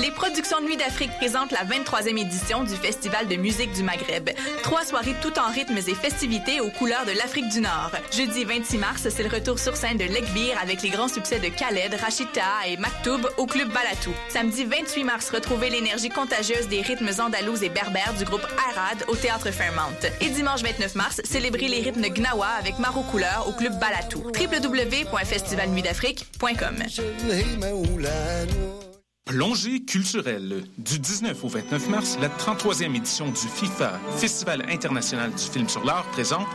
Les productions Nuit d'Afrique présentent la 23e édition du Festival de musique du Maghreb. Trois soirées tout en rythmes et festivités aux couleurs de l'Afrique du Nord. Jeudi 26 mars, c'est le retour sur scène de Lekbir avec les grands succès de Khaled, Rachita et Maktoub au club Balatou. Samedi 28 mars, retrouvez l'énergie contagieuse des rythmes andalous et berbères du groupe Arad au théâtre Fairmount. Et dimanche 29 mars, célébrez les rythmes Gnawa avec Maro Couleur au club Balatou. www.festivalnuitdafrique.com Plongée culturelle. Du 19 au 29 mars, la 33e édition du FIFA, Festival international du film sur l'art, présente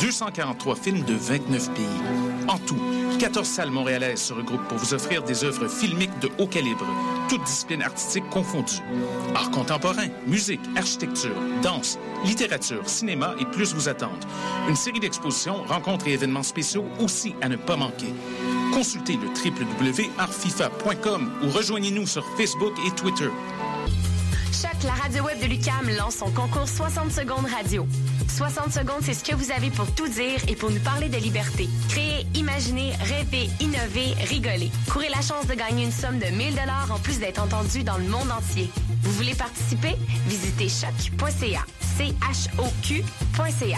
243 films de 29 pays. En tout, 14 salles montréalaises se regroupent pour vous offrir des œuvres filmiques de haut calibre, toutes disciplines artistiques confondues. Art contemporain, musique, architecture, danse, littérature, cinéma et plus vous attendent. Une série d'expositions, rencontres et événements spéciaux aussi à ne pas manquer. Consultez le www.artfifa.com ou rejoignez-nous sur Facebook et Twitter. Choc, la radio web de Lucam lance son concours 60 secondes radio. 60 secondes, c'est ce que vous avez pour tout dire et pour nous parler de liberté. Créer, imaginer, rêver, innover, rigoler. Courez la chance de gagner une somme de 1000 dollars en plus d'être entendu dans le monde entier. Vous voulez participer Visitez choc.ca. C H O Q.ca.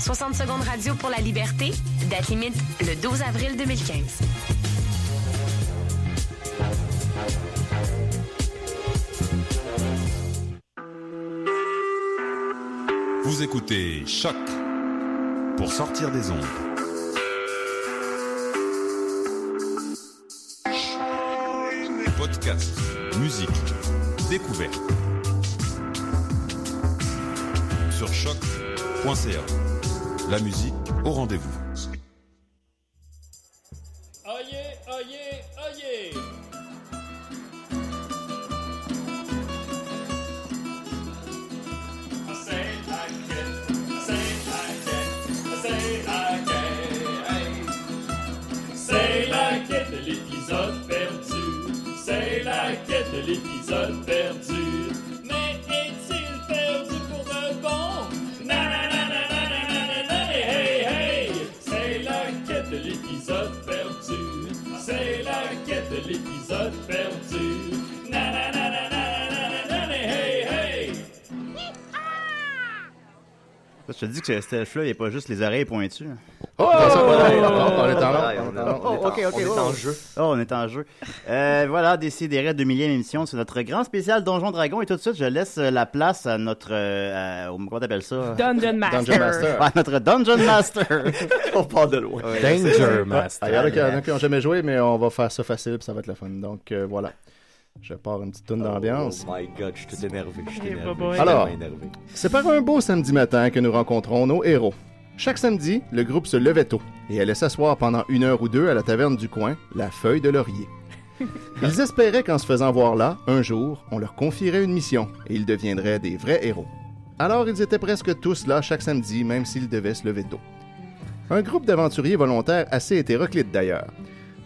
60 secondes radio pour la liberté, date limite le 12 avril 2015. Vous écoutez Choc pour sortir des ondes. Podcast, musique, découverte. Sur choc.ca. La musique au rendez-vous. Oyez, oyez, oyez! I say I can, I say I can, I say I can. C'est la quête de l'épisode perdu. C'est la quête de l'épisode perdu. Mais est-il perdu pour de bon? Na na na na na na na na na hey hey hey. C'est la quête de l'épisode perdu. C'est la quête de l'épisode perdu. Na na na na na na na na na hey hey. Je te dis que ce elfe-là, il n'y a pas juste les oreilles pointues. hein. Oh! On est en Ah, on est Oh, en- on est en- on est en jeu. Oh, on est en jeu. Euh, voilà, Décidérez 2 millième émission sur notre grand spécial Donjon Dragon. Et tout de suite, je laisse euh, la place à notre... euh, à- au- comment t'appelles ça? Dungeon Master. Dungeon Master. À notre Dungeon Master. on part de loin. Danger Master. Ah, Il y en a qui- il y en a qui n'ont jamais joué, mais on va faire ça facile, puis ça va être le fun. Donc euh, voilà. Je pars une petite toune d'ambiance. Oh my god, je suis tout énervé. Je suis Eh, énervé. boboy. je suis Alors. tellement énervé. C'est par un beau samedi matin que nous rencontrons nos héros. Chaque samedi, le groupe se levait tôt et allait s'asseoir pendant une heure ou deux à la taverne du coin, la feuille de laurier. Ils espéraient qu'en se faisant voir là, un jour, on leur confierait une mission et ils deviendraient des vrais héros. Alors ils étaient presque tous là chaque samedi, même s'ils devaient se lever tôt. Un groupe d'aventuriers volontaires assez hétéroclite d'ailleurs.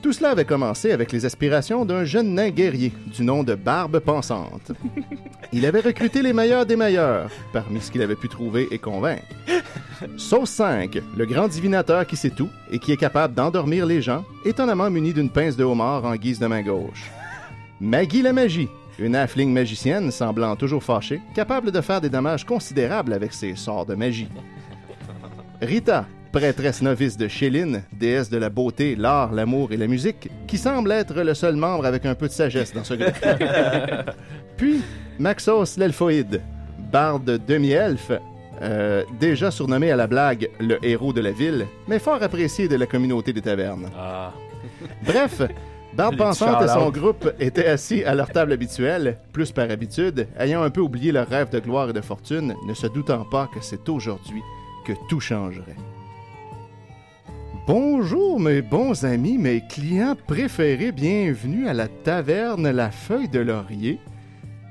Tout cela avait commencé avec les aspirations d'un jeune nain guerrier du nom de Barbe Pensante. Il avait recruté les meilleurs des meilleurs, parmi ce qu'il avait pu trouver et convaincre. Sauf 5, le grand divinateur qui sait tout et qui est capable d'endormir les gens, étonnamment muni d'une pince de homard en guise de main gauche. Maggie la magie, une halfling magicienne semblant toujours fâchée, capable de faire des dommages considérables avec ses sorts de magie. Rita, prêtresse novice de Chéline, déesse de la beauté, l'art, l'amour et la musique, qui semble être le seul membre avec un peu de sagesse dans ce groupe. Puis, Maxos l'Elfoïde, barde demi-elfe, euh, déjà surnommé à la blague le héros de la ville, mais fort apprécié de la communauté des tavernes. Ah. Bref, Barbe Les Pensante et son shout-outs. groupe étaient assis à leur table habituelle, plus par habitude, ayant un peu oublié leur rêve de gloire et de fortune, ne se doutant pas que c'est aujourd'hui que tout changerait. Bonjour mes bons amis, mes clients préférés, bienvenue à la taverne La Feuille de Laurier.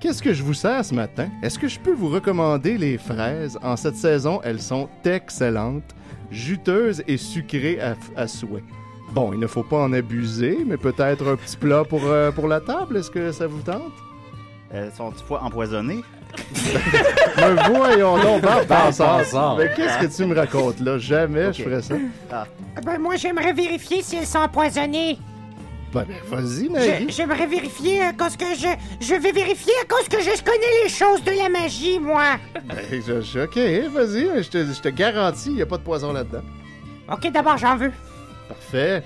Qu'est-ce que je vous sers ce matin? Est-ce que je peux vous recommander les fraises? En cette saison, elles sont excellentes, juteuses et sucrées à, à souhait. Bon, il ne faut pas en abuser, mais peut-être un petit plat pour, euh, pour la table, est-ce que ça vous tente? Euh, sont fois empoisonnées? Mais voyons donc, ben, Ben, Barbe Brassard, Brassard. Mais ben, qu'est-ce que tu me racontes là? Jamais je ferais ça. Ah Ben, moi, j'aimerais vérifier si elles sont empoisonnées. Ben, ben, vas-y, Je- Nagui. J'aimerais vérifier à cause que je. Je vais vérifier à cause que je connais les choses de la magie, moi. Ben, je- je- ok, vas-y, je te, je te garantis, il n'y a pas de poison là-dedans. Ok, d'abord, j'en veux. Parfait.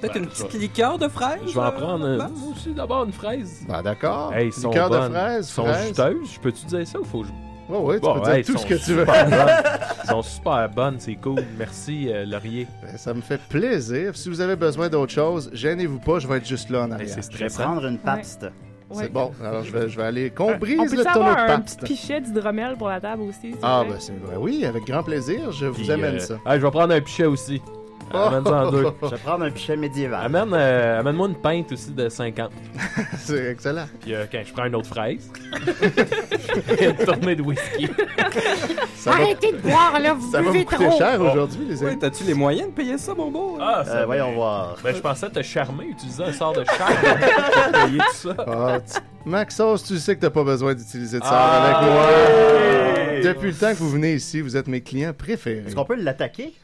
Peut-être Ben, une je petite vais- liqueur de fraise. Je vais euh, en prendre un. Ben, moi aussi, d'abord une fraise. Ben, d'accord. Hey, ils sont Liqueur de bonnes. fraises, Ils sont fraises. juteuses. Je peux-tu dire ça ou faut que je. Ouais, ouais, tu peux dire ils tout ce sont que tu veux. super bonnes. Ils sont super bonnes, c'est cool. Merci, euh, Laurier. Ben, ça me fait plaisir. Si vous avez besoin d'autre chose, gênez-vous pas, je vais être juste là en arrière. c'est Je vais prendre une papste. C'est Ouais. bon, alors je vais, je vais aller qu'on brise On le peut tonneau de avoir un petit papste. pichet d'hydromel pour la table aussi? s'il Ah, vous plaît? ben c'est vrai, oui, avec grand plaisir, je vous Puis, amène euh, ça. hey, je vais prendre un pichet aussi. Oh! Amène-en deux. Je vais prendre un pichet médiéval. Amène, euh, amène-moi une pinte aussi de 50. C'est excellent. Puis euh, quand je prends une autre fraise, une tournée de whisky. Arrêtez de boire, là, vous Ça va vous buvez coûter trop. cher aujourd'hui, les amis. T'as-tu les moyens de payer ça, mon beau? Ah, ça Euh, voyons voir. Ben, je pensais te charmer, utiliser un sort de charme. pour payer tout ça. Ah, tu- Maxos, tu sais que t'as pas besoin d'utiliser de sort Ah! avec moi. Hey! Depuis le temps que vous venez ici, vous êtes mes clients préférés. Est-ce qu'on peut l'attaquer?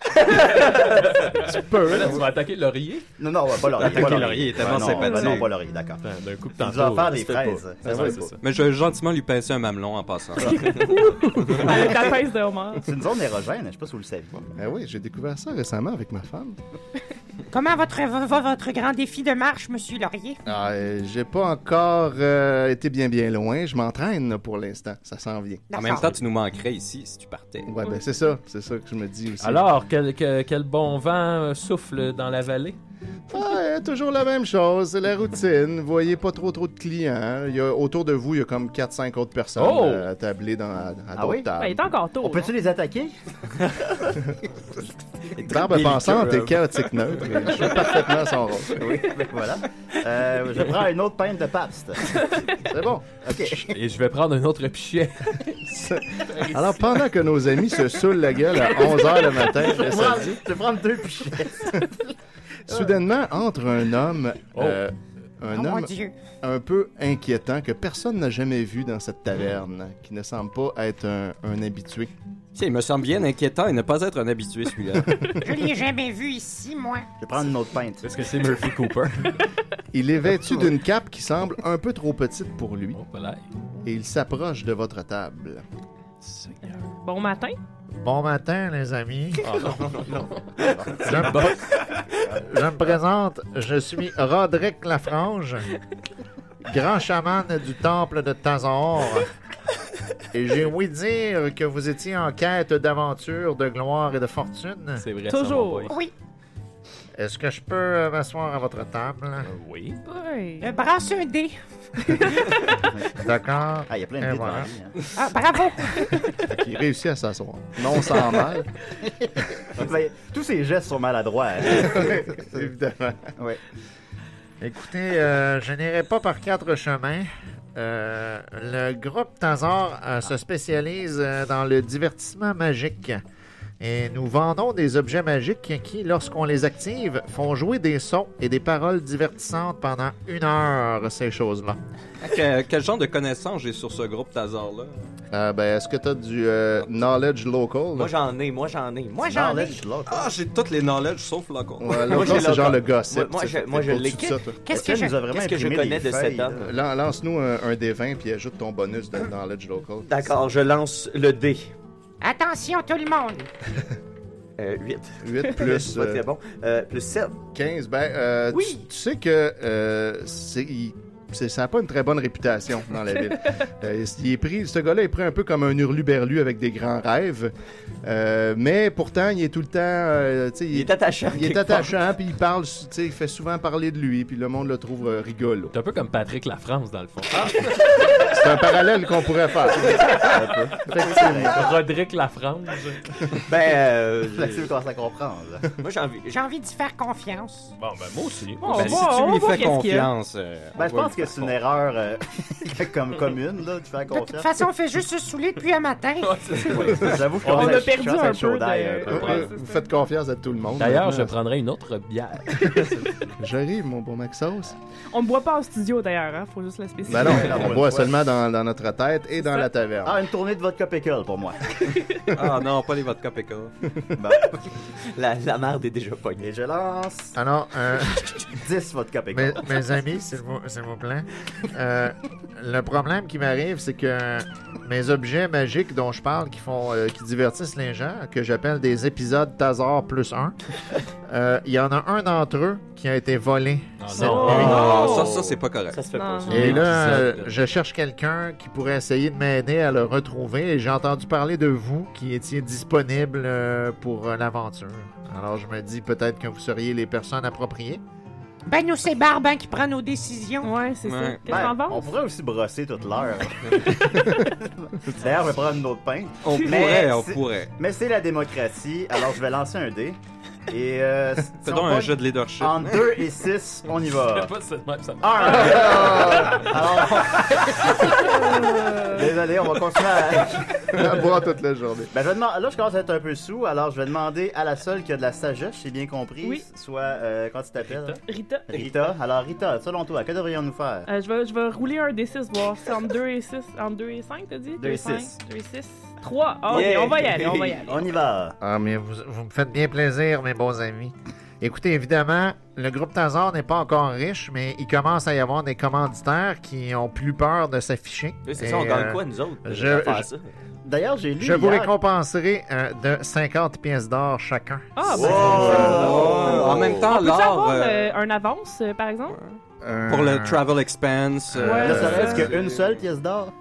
tu peux. Là, tu vas attaquer Laurier. Non, non, pas Laurier. Attaquer pas Laurier, il est Ben tellement non, sympathique. ben non, pas Laurier, d'accord. D'un coup, Il nous a offert des fraises. Ah, ouais, c'est ça. Mais je vais gentiment lui pincer un mamelon en passant. Avec la pince de homard. C'est une zone érogène, je sais pas si vous le saviez. Ben oui, j'ai découvert ça récemment avec ma femme. Comment votre, va va votre grand défi de marche, monsieur Laurier? Ah, euh, j'ai pas encore euh, été bien bien loin. Je m'entraîne là, pour l'instant. Ça s'en vient. en même temps, tu nous manquerais ici si tu partais. Ouais, ben c'est ça. C'est ça que je me dis aussi. Alors, quel, que- quel bon vent euh, souffle dans la vallée. Ouais, toujours la même chose. C'est la routine. Vous voyez pas trop trop de clients. Il y a, autour de vous, il y a comme 4-5 autres personnes Oh! euh, à tabler dans, à, à Ah d'autres oui? tables. Ben, il est encore tôt. On peut-tu les attaquer? Barbe délicat, pensante euh. et chaotique neutre. Je suis parfaitement à son rôle. Oui, ben voilà. Euh, je prends une autre pinte de papste. C'est bon. OK. Et je vais prendre un autre pichet. Alors, pendant que nos amis se saoulent la gueule à 11h le matin, le Je samedi, prends- je prends deux pichets. Soudainement, entre un homme, euh, un Oh mon homme Dieu. un peu inquiétant que personne n'a jamais vu dans cette taverne, qui ne semble pas être un, un habitué. Tiens, il me semble bien inquiétant et ne pas être un habitué, celui-là. Je l'ai jamais vu ici, moi. Je prends une autre pinte. Est-ce que c'est Murphy Cooper? Il est vêtu d'une cape qui semble un peu trop petite pour lui, Oh, voilà. et il s'approche de votre table. Seigneur. Bon matin. Bon matin, les amis. Ah non, non, non. Je me, je me présente, je suis Roderick Lafrange, grand chaman du temple de Tazor. Et j'ai ouï dire que vous étiez en quête d'aventure, de gloire et de fortune. C'est vrai. ça, Toujours. mon boy. Oui, Est-ce que je peux euh, m'asseoir à votre table? Euh, Oui. Ouais. euh, brasse un dé. D'accord. Ah, il y a plein de Et dés dans voilà. la vie, hein. Ah, bravo. Il réussit à s'asseoir. Non sans mal, Ben, Tous ces gestes sont maladroits. hein. évidemment. Ouais. Écoutez, euh, je n'irai pas par quatre chemins. Euh, le groupe Tazor euh, se spécialise euh, dans le divertissement magique. Et nous vendons des objets magiques qui, lorsqu'on les active, font jouer des sons et des paroles divertissantes pendant une heure, ces choses-là. Ah, Que- quel genre de connaissances j'ai sur ce groupe Tazar-là? Euh, ben, est-ce que t'as du euh, knowledge local? là? Moi, j'en ai, moi, j'en ai. Moi, j'en ai. Knowledge local. Ah, j'ai toutes les knowledge sauf là. Ouais, Moi, local, j'ai c'est genre le local. gossip. Moi- moi, c'est- je- c'est moi, je au-dessus l'ai- de ça, toi. Qu'est-ce que Étienne je... nous a vraiment qu'est-ce que je imprimé connais des de cet feuilles, homme? là. Lan- Lance-nous un, un des 20 puis ajoute ton bonus de knowledge local. D'accord, je lance le dé. Attention, tout le monde. 8. 8 plus euh, bon. plus 7. 15, ben, euh, tu- Oui. tu, sais que euh, c'est- il- c'est- ça n'a pas une très bonne réputation dans la ville. Euh, il est pris, ce gars-là est pris un peu comme un hurluberlu avec des grands rêves, Euh, mais pourtant, il est tout le temps... euh, tu sais, il, est attachant. il est attachant, puis il parle, tu sais, il fait souvent parler de lui, puis le monde le trouve euh, rigolo. Ah! C'est un peu comme Patrick La France, dans le fond. C'est un parallèle qu'on pourrait faire. Roderick Lafrange. Ben, euh, Là, tu commences à comprendre. Moi, j'ai envie. J'ai envie d'y faire confiance. Bon, ben, moi aussi. Bon, Ben, on si va- tu on lui fais va voir qu'est-ce qu'il y a. confiance, euh, on Ben, je va pense lui que faire c'est une erreur euh, comme commune, là, de faire De confiance. toute façon, on fait juste se saouler depuis un matin. J'avoue que On commence a à- je perdu commence à un être peu chaud d'air, de- un peu. Ouais, c'est Euh, Vous faites confiance à tout le monde. D'ailleurs, je maintenant. prendrai une autre bière. J'arrive, mon bon Maxos. On ne boit pas en studio d'ailleurs, hein? faut juste le spécifier. Ben non, on boit seulement dans, dans notre tête et dans la taverne. Ah, une tournée de vodka pickle pour moi. Ah non, pas les vodka pickle. La, la marde est déjà pognée. Je lance. Alors, euh, 10 vodka pickle. mes, mes amis, s'il vous, s'il vous plaît, euh, le problème qui m'arrive, c'est que mes objets magiques dont je parle, qui font, euh, qui divertissent les gens, que j'appelle des épisodes Tazar plus 1, euh, il y en a un d'entre eux qui a été volé. cette nuit. Ah, ça, ça, c'est pas correct. Ça se fait pas. Et là, euh, je cherche quelqu'un qui pourrait essayer de m'aider à le retrouver. Et j'ai entendu parler de vous qui étiez disponible euh, pour euh, l'aventure. Alors je me dis peut-être que vous seriez les personnes appropriées. Ben, nous, c'est Barbe hein, qui prend nos décisions. Ouais, c'est Ouais. ça. Ben, on pourrait aussi brosser toute l'heure. D'ailleurs, on va prendre une autre pinte. On Mais pourrait, on c'est- pourrait. Mais c'est la démocratie, alors je vais lancer un dé. Et euh, si Fais on donc un pogne jeu de leadership. En 2 et 6, on y va. Je sais pas si c'est de même, ça marche. Ah, alors- Désolé, on va continuer à... À boire toute la journée. Ben, je vais demander- Là, je commence à être un peu sous, alors je vais demander à la seule qui a de la sagesse, j'ai bien compris, soit... Euh, comment tu t'appelles? Rita. Rita. Alors, Rita, selon toi, que devrions-nous faire? Euh, je, vais, je vais rouler un des 6 voir. C'est entre 2 et 6. Entre 2 et 5, t'as dit Deux et 6. six. 2 et 6. 3. Ah, ok, on va y aller, on va y aller. On y va. Ah, mais vous, vous me faites bien plaisir, mes bons amis. Écoutez, évidemment, le groupe Tazar n'est pas encore riche, mais il commence à y avoir des commanditaires qui ont plus peur de s'afficher. Oui, c'est ça, on Et, gagne euh, quoi, nous autres? je- à faire je- ça? D'ailleurs, j'ai lu Je vous hier- récompenserai euh, de 50 pièces d'or chacun. Ah, ben, En même temps, On peut-tu avoir l'or. euh, euh, un avance, euh, par exemple? Pour le Euh, travel expense. euh, Ne serait-ce qu'une seule pièce d'or.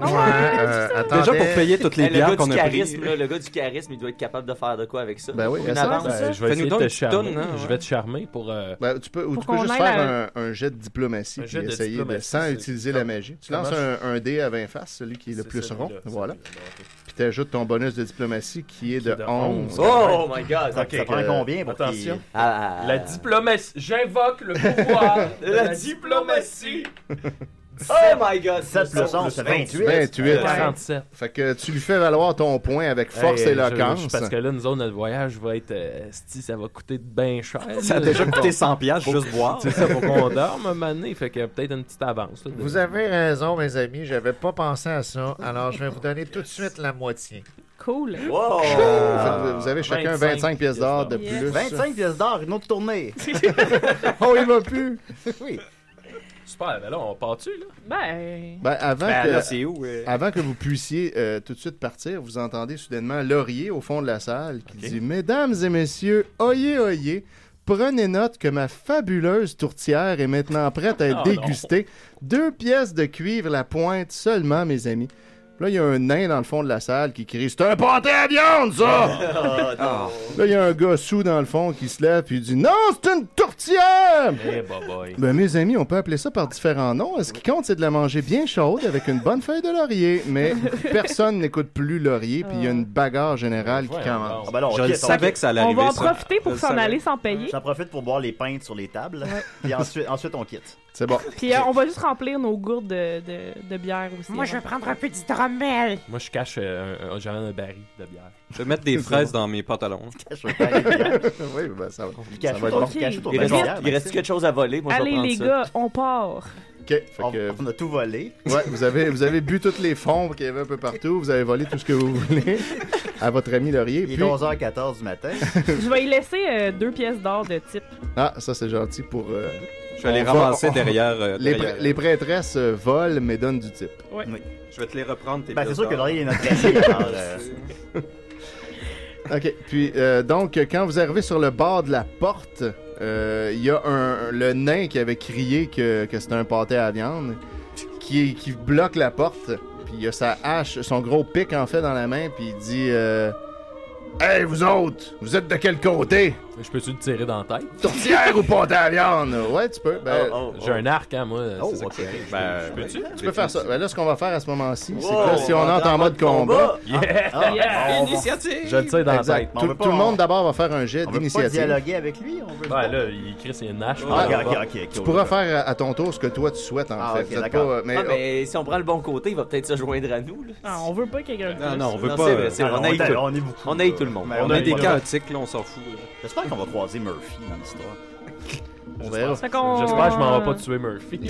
Ah euh, attendez. Déjà pour payer toutes les Eh, le bières gars qu'on du a prises. charisme, là, Le gars du charisme, il doit être capable de faire de quoi avec ça? Ben oui, une ça, avance. ben, Ben, je vais Fais-nous essayer de donc te une charmer. tonne, hein, Je vais te charmer pour. euh, Ben, tu peux, ou tu qu'on peux juste aille faire à- un, un jet de diplomatie Un puis jet de essayer de, diplomatie, sans c'est- utiliser la magie. Tu ça lances un, marche. un dé à 20 faces, celui qui est le C'est plus celui-là, rond. Voilà. Puis tu ajoutes ton bonus de diplomatie qui est de, de 11. Oh my god! Ça- ça prend combien pour Attention. qu'il- Ah, ah, La diplomatie. J'invoque le pouvoir de la, diplomatie. Oh my god! 7 plus 11, ça fait 28. 28. Euh, 37. Fait que tu lui fais valoir ton point avec force Hey, et je- éloquence. je- Parce que là, nous autres, notre voyage va être. euh, sti, ça va coûter bien cher. Ça a déjà coûté 100 piastres Faut- juste boire. C'est ça, pour qu'on dorme un moment donné. Fait que peut-être une petite avance. là, de- Vous avez raison, mes amis, j'avais pas pensé à ça. Alors, je vais vous donner tout de suite la moitié. Cool. Wow! Fait que vous avez chacun 25, pièces d'or de plus. 25 pièces d'or, une autre tournée. oh, il va plus. oui. Super, ben là, on part-tu, là? Ben. Ben, avant, Ben, que, là, c'est où, euh? avant que vous puissiez euh, tout de suite partir, vous entendez soudainement Laurier au fond de la salle qui dit Mesdames et messieurs, oyez, oyez, prenez note que ma fabuleuse tourtière est maintenant prête à être Oh, dégustée. Deux pièces de cuivre la pointe seulement, mes amis. Là, il y a un nain dans le fond de la salle qui crie C'est un pâté à viande, ça Ah, Là, il y a un gars sous dans le fond qui se lève et dit Non, c'est une tourtière Eh, bah, boy. ben, mes amis, on peut appeler ça par différents noms. Ce qui compte, c'est de la manger bien chaude avec une bonne feuille de laurier. Mais personne n'écoute plus laurier, puis il y a une bagarre générale qui commence. Ah ben là, on quitte, on quitte. on va en profiter pour s'en aller sans payer. J'en profite pour boire les pintes sur les tables. Puis ensuite, ensuite, on quitte. C'est bon. Puis euh, on va juste remplir nos gourdes de, de, de bière aussi. Moi, je vais prendre un petit dromel. Moi, je cache. euh, un- un- J'amène un baril de bière. Je vais mettre des fraises dans mes pantalons. oui, ben ça va. Pikachu, ça va être ton bon. Pikachu, ton Il reste- Pikachu. il reste-tu quelque chose à voler? Moi, je vais Allez, prendre les ça. gars, on part. OK. Fait que, On a tout volé. ouais, vous avez, vous avez bu toutes les fombres qu'il y avait un peu partout. Vous avez volé tout ce que vous voulez à votre ami laurier. Il est puis- 11h14 du matin. Je vais y laisser euh, deux pièces d'or de type. Ah, ça, c'est gentil pour. euh, Je vais les on va- ramasser on- derrière, euh, les, derrière. pr- les prêtresses euh, volent, mais donnent du type. Ouais. Je vais te les reprendre, tes Ben, c'est pièces sûr que d'or. Laurier est notre ami. alors, euh, OK. Puis, euh, donc, euh, quand vous arrivez sur le bord de la porte, euh, il y a un, le nain qui avait crié que, que c'était un pâté à viande qui, qui bloque la porte. Puis, il a sa hache, son gros pic, en fait, dans la main. Puis, il dit euh, Hey, vous autres, vous êtes de quel côté Je peux-tu le tirer dans la tête? Tourtière ou pâte à la viande? Ouais, tu peux. Ben, J'ai un arc, hein, moi. Oh, c'est ça que ok. je fais. Ben, Je peux-tu? Tu peux faire ça. Ben là, ce qu'on va faire à ce moment-ci, c'est Wow, que là, si on, on entre en mode combat. Yeah! Ah, ah, Yeah! on va- Initiative! Je le tire dans la Exact. tête. Tout, tout le monde d'abord va faire un jet Pas d'initiative. dialoguer avec lui, on veut. Ouais, là, il crie, c'est une hache. Ah, ok, ok, ok, Tu Tu pourras faire à- à ton tour ce que toi tu souhaites en Ah, fait. ok, Vous êtes d'accord. pas, euh, mais, Ah, mais si on prend le bon côté, il va peut-être se joindre à nous. là. Ah, on veut pas quelqu'un Non, de non, on plus. veut c'est pas. vrai, c'est vrai, on, haït tout. On haït tout le monde. on, est des chaotiques, là, on s'en fout. J'espère qu'on va croiser Murphy dans l'histoire. On verra. Fait Oh, qu'on- J'espère que je m'en vais pas tuer Murphy.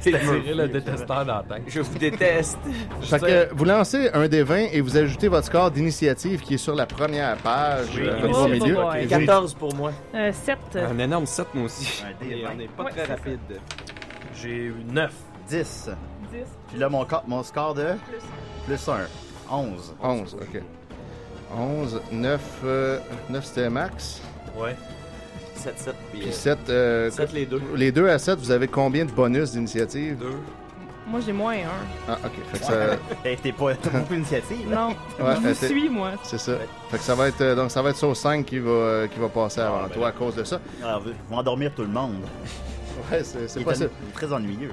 C'est tiré Murphy, le détesteur dans la tête. Je vous déteste. Fait que vous lancez un des 20 et vous ajoutez votre score d'initiative qui est sur la première page Oui, euh, oui, au oui. milieu. hein. Oh boy. 14 pour moi. Euh, 7. Un énorme 7, moi aussi. Ah, Et on n'est pas très rapide. J'ai eu 9. 10. 10. Puis là, mon, co- mon score de. Plus 1. 11. 11, ok. 11, 9, euh, 9 c'était max. Ouais. 7-7. Puis 7, euh, Sept, les deux. Les deux à 7, vous avez combien de bonus d'initiative Moi, j'ai moins un. Ah, ok. Fait que ça. Eh, T'es pas t'as beaucoup d'initiative. Non. Ouais, je vous euh, c'est- suis, moi. C'est ça. Fait que ça va être euh, donc ça va être sur 5 qui va euh, qui va passer Ah, avant toi à cause de ça. Alors, ben Ah, vous- vous endormir tout le monde. Ouais, c'est c'est Il est possible. en- Très ennuyeux.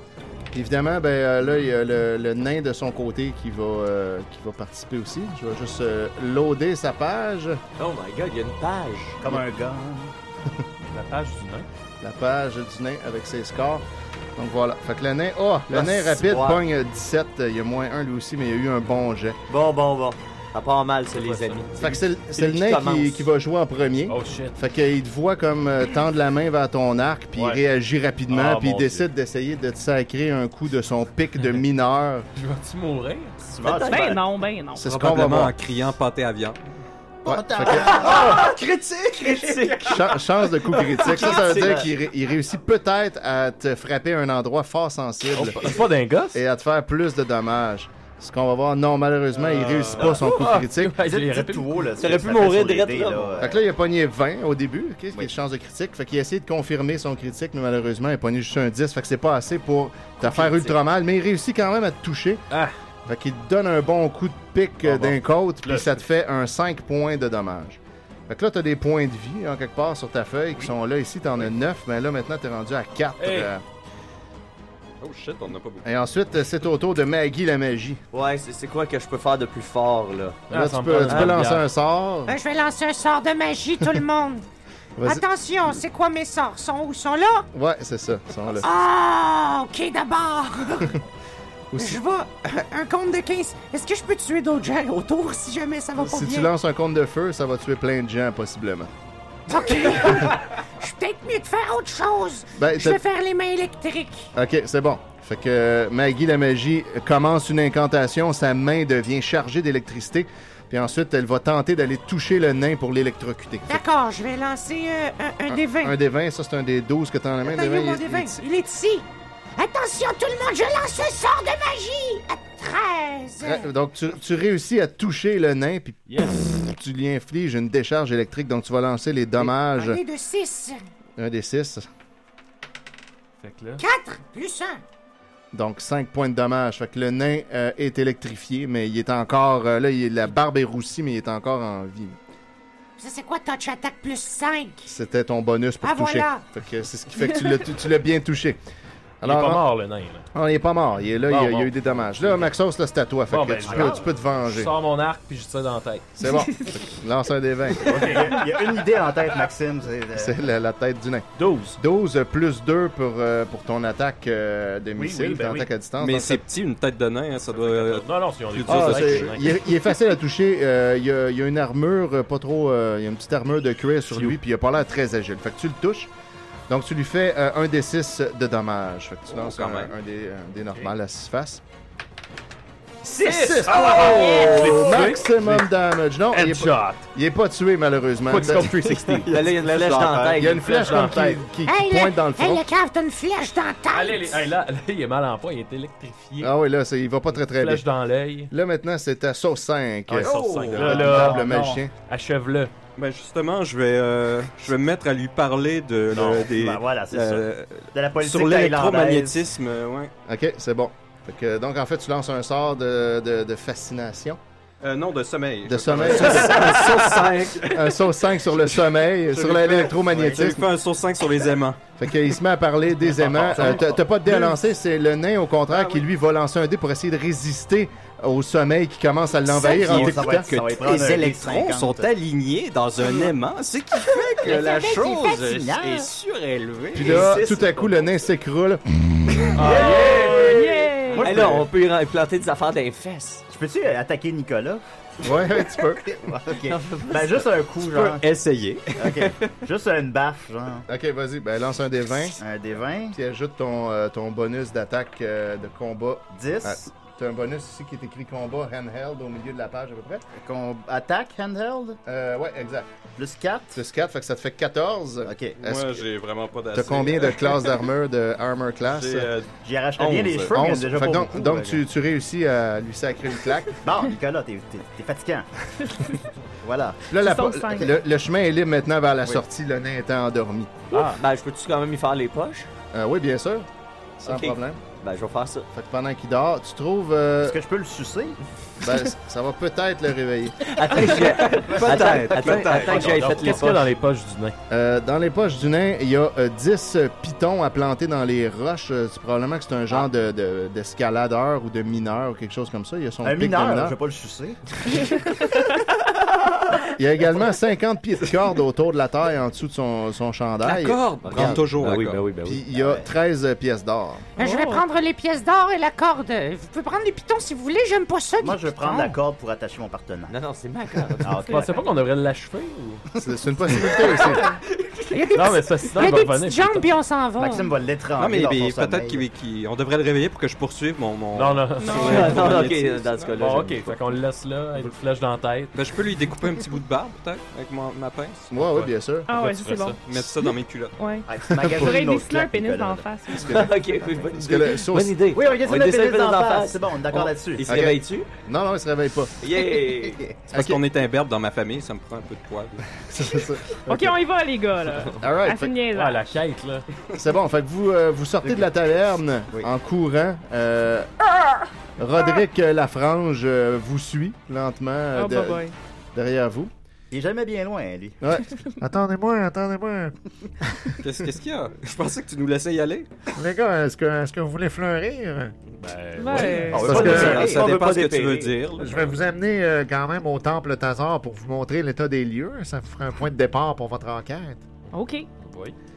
Puis Évidemment, ben euh, là il y a le, le nain de son côté qui va euh, qui va participer aussi. Je vais juste euh, loader sa page, Oh my god, il y a une page. Comme un gars. La page du nain. la page du nain avec ses scores. Donc voilà. Fait que le nain, oh, le Ah, nain c'est- rapide ouais. pogne 17, euh, il y a moins 1 lui aussi mais il y a eu un bon jet. Bon, bon, bon. Ça part mal, ça, les amis. Fait que c'est le- c'est lui le qui nain commence. qui, qui va jouer en premier. Oh shit. Fait qu'il te voit comme euh, tendre la main vers ton arc, puis Ouais. il réagit rapidement, Ah, puis il mon décide d'essayer de te sacrer un coup de son pic de mineur. Je vais-tu mourir? Tu vas- tu Ben vas- non, ben non. C'est ce qu'on va Probablement voir. en criant pâté à viande. Ouais, fait Ah, critique! Critique! que cha- chance de coup critique. Ça, ça veut dire Critique. qu'il ré- il réussit peut-être à te frapper à un endroit fort sensible Oh, C'est pas d'un gosse? et à te faire plus de dommages. Ce qu'on va voir, non, malheureusement, il réussit pas son coup critique. Ah! Ouais, je l'ai Dites répété. tout haut, là. Ça aurait pu mourir direct, là, moi. Fait que là, il a pogné 20 au début, ok, ce qui est chance de critique. Fait qu'il a essayé de confirmer son critique, mais malheureusement, il a pogné juste un 10. Fait que c'est pas assez pour te faire ultra mal, mais il réussit quand même à te toucher. Ah. Fait qu'il te donne un bon coup de pique euh, Bon, bon. d'un côte, Là, puis ça te fait un 5 points de dommage. Fait que là, t'as des points de vie, en quelque part, sur ta feuille, qui sont là. Ici, t'en as 9, mais là, maintenant, t'es rendu à 4. Hey. Oh shit, on n'a pas beaucoup. et ensuite, euh, c'est au tour de Maggie la magie. Ouais, c'est c'est quoi que je peux faire de plus fort, là? Ah, là, ça tu me peux, prend tu une peux bonne lancer bière. un sort. Euh, je vais lancer un sort de magie, tout le monde. Vas-y. Attention, c'est quoi mes sorts? Sont où? Sont là? Ouais, c'est ça. ils sont là. Ah, ok, d'abord. Aussi- je vais. Un compte de 15. Est-ce que je peux tuer d'autres gens autour si jamais ça va pas Si bien? tu lances un compte de feu, ça va tuer plein de gens, possiblement. Ok. je suis peut-être mieux de faire autre chose. Ben, je t'as- vais faire les mains électriques. Ok, c'est bon. Fait que euh, Maggie la magie euh, commence une incantation, sa main devient chargée d'électricité, puis ensuite elle va tenter d'aller toucher le nain pour l'électrocuter. Fait D'accord, je vais lancer euh, Ah, un, un des 20. Un des 20, ça c'est un des 12 que t'as dans la main. Attends, des il est où vingt, mon il- des il- 20? Il est ici. Attention, tout le monde, je lance un sort de magie. À 13. Tra- Donc tu, tu réussis à toucher le nain, puis pff, tu lui infliges une décharge électrique, donc tu vas lancer les dommages. Un dé de 6. Un des 6, Fait que là. 4 plus 1. donc 5 points de dommages. Fait que le nain euh, est électrifié, mais il est encore... euh, là, il, la barbe est roussie, mais il est encore en vie. Ça, c'est quoi touch attack plus 5? C'était ton bonus pour Ah, toucher. voilà. Fait que c'est ce qui fait que tu l'as, tu- tu l'as bien touché. il est pas en- mort, Oh, le nain. Là. non, il est pas mort. Il est là, Bon, il, a, il a bon. eu des dommages. Là, Maxos, là, c'est à toi. Fait Bon, que ben, tu, je peux, vais- tu peux te Je venger. sors mon arc puis je tire dans la tête. C'est bon. Fait que Lance un des 20. Il y a- il y a une idée en tête, Maxime. C'est. euh, C'est la, la tête du nain. 12. 12 plus 2 pour, euh, pour ton attaque euh, de Oui, missile, oui, ben ton oui. attaque à distance. Mais Donc, c'est petit, une tête de nain, hein, ça doit. euh, Non, non, si on les Plus Ah, dur tire, de c'est- nain. il, est, il est facile à toucher. Euh, il, y a, il y a une armure euh, pas trop. euh, il y a une petite armure de cuir sur lui, puis il a pas l'air très agile. Fait que tu le touches. Donc tu lui fais euh, un des 6 de dommages. Fait que tu Oh, lances quand un, même. un des, un des normal à 6 faces. 6! Oh, maximum damage. Non, il est, Headshot! pas, il est pas tué malheureusement. Quick scope 360. Là, là, il y a une flèche dans la tête. Il y a une flèche dans comme la tête. qui, qui- qui pointe le, dans le hey, front. le cave, t'as une flèche dans la tête. Allez, les- hey, là, là, il est mal en point, il est électrifié. Ah oui, là, c'est- il va pas très très bien. flèche dans l'œil. Là maintenant, c'est à sauce 5. Ah, il sort cinq. Là, là, Le non. magicien. Achève-le. Ben justement, je vais, euh, je vais me mettre à lui parler de Non, le- des, ben voilà, c'est euh, De la politique sur thaïlandaise. l'électromagnétisme, euh, ouais. Ok, c'est bon. Fait que, donc en fait, tu lances un sort de, de- de fascination. Euh, non, de sommeil. De sommeil. Un saut 5 sur le sommeil, Je sur lui fais- Je lui l'électromagnétisme. fais un sur 5 sur les aimants. Fait qu'il se met à parler des aimants. Ça va. Euh, T'as t'as pas de dé à Deux. lancer, c'est le nain au contraire qui lui va lancer un dé pour essayer de résister au sommeil qui commence à l'envahir en t'écoutant. que tous les électrons sont alignés dans un aimant, ce qui fait que Mais ça la fait, c'est chose fascinant. est surélevée. Puis là, Et c'est- tout à coup, le nain s'écroule. Moi, je Hey, là, peux- on peut y ra- planter des affaires dans les fesses. Je peux-tu euh, attaquer Nicolas? Ouais, tu peux. ok. Ben, juste un coup, Tu genre. peux essayer. Ok. Juste une baffe, genre. Ok, vas-y, ben lance un des 20. Un des 20. Puis ajoute ton, euh, ton bonus d'attaque euh, de combat. Ah, 10. T'as un bonus ici qui est écrit combat handheld au milieu de la page à peu près. Qu'on attaque handheld? Euh, ouais, exact. Plus 4. Plus 4, fait que ça te fait 14. Ok. Moi, j'ai vraiment pas d'assez. euh, T'as combien de classes d'armure, de armor class? J'ai, euh, J'y arracherais bien les cheveux, mais il y en a Onze. déjà Fait que pas donc, beaucoup, donc là, tu, tu réussis à lui sacrer une claque. Bon, Nicolas, t'es t'es- t'es fatigant. voilà. Là, la- le, le chemin est libre maintenant vers la sortie, le nain étant endormi. Ah, ben, je peux-tu quand même y faire les poches? Euh, oui, bien sûr. Sans Ok. problème. Ben, je vais faire ça. Fait que pendant qu'il dort, tu trouves. euh, Est-ce que je peux le sucer? ben, c- ça va peut-être le réveiller. Attends, Peut-être, attends, peut-être. attends que j'aille fait les Qu'est-ce qu'il y a poches. dans les poches du nain? Euh, dans les poches du nain, il y a euh, 10 pitons à planter dans les roches. Euh, C'est probablement que c'est un genre de- de- d'escaladeur ou de mineur ou quelque chose comme ça. Il y a son Un pic de mineur, je vais pas le sucer. Il y a également 50 pieds de corde autour de la taille en dessous de son, son chandail. La corde! Regarde. Prends toujours Ben la oui, corde. ben oui, ben oui. Puis Ah il y a 13 pièces d'or. Euh, Oh. Je vais prendre les pièces d'or et la corde. Vous pouvez prendre les pitons si vous voulez, j'aime pas ça. Moi, je vais prendre la corde pour attacher mon partenaire. Non, non, c'est ma corde. Ah, Tu pensais pas qu'on devrait l'achever ou. C'est une possibilité aussi. Il y a des, Non, mais petits- ça, sinon, il y a il va des revenir, petites putain. jambes, puis on s'en va. Maxime va l'étrangler. Non, mais, dans son mais sommeil. peut-être qu'il- qu'il- on devrait le réveiller pour que je poursuive mon. mon... Non, non. non, non, ok, dans ce cas-là, Bon, j'aime ok, fait qu'on le laisse là, avec une flèche dans la tête. Ben, je peux lui découper un petit bout de barbe, peut-être, avec mon- ma pince. Ouais, ouais, bien sûr. Ah ouais, Tu ça, ferais c'est bon. Mettre ça dans mes culottes. Ouais. Ah, Je tu magasines pourrais une autre déceler un claque, pénis Nicolas, d'en là. face. ok, oui, bonne Parce que le- idée. sauce- Bonne idée. Oui, on dessine le dessine pénis d'en d'en face. face. C'est bon, on est d'accord On- là-dessus. Il se Ok. réveille-tu? Non, non, il se réveille pas. Yeah! C'est parce Ok. qu'on est un berbe dans ma famille, ça me prend un peu de poil. C'est ça. Ok, on y va, les gars, là. All right, Ah, c'est fait- une niaise. Ah, la quête, là. C'est bon, fait que vous, euh, vous sortez de la taverne en courant. euh, Roderick euh, Lafrange euh, vous suit lentement euh, Oh, de- bye bye. derrière vous. Il est jamais bien loin, lui. Ouais. Attendez-moi, attendez-moi. Qu'est-ce qu'est-ce qu'il y a Je pensais que tu nous laissais y aller. Les gars, est-ce que, est-ce que vous voulez fleurir? Ben. Ouais. C'est parce que- ça, on veut dépend pas ce que tu veux dépérir. dire. là. Je vais vous amener euh, quand même au temple Tazar pour vous montrer l'état des lieux. Ça vous fera un point de départ pour votre enquête. Ok.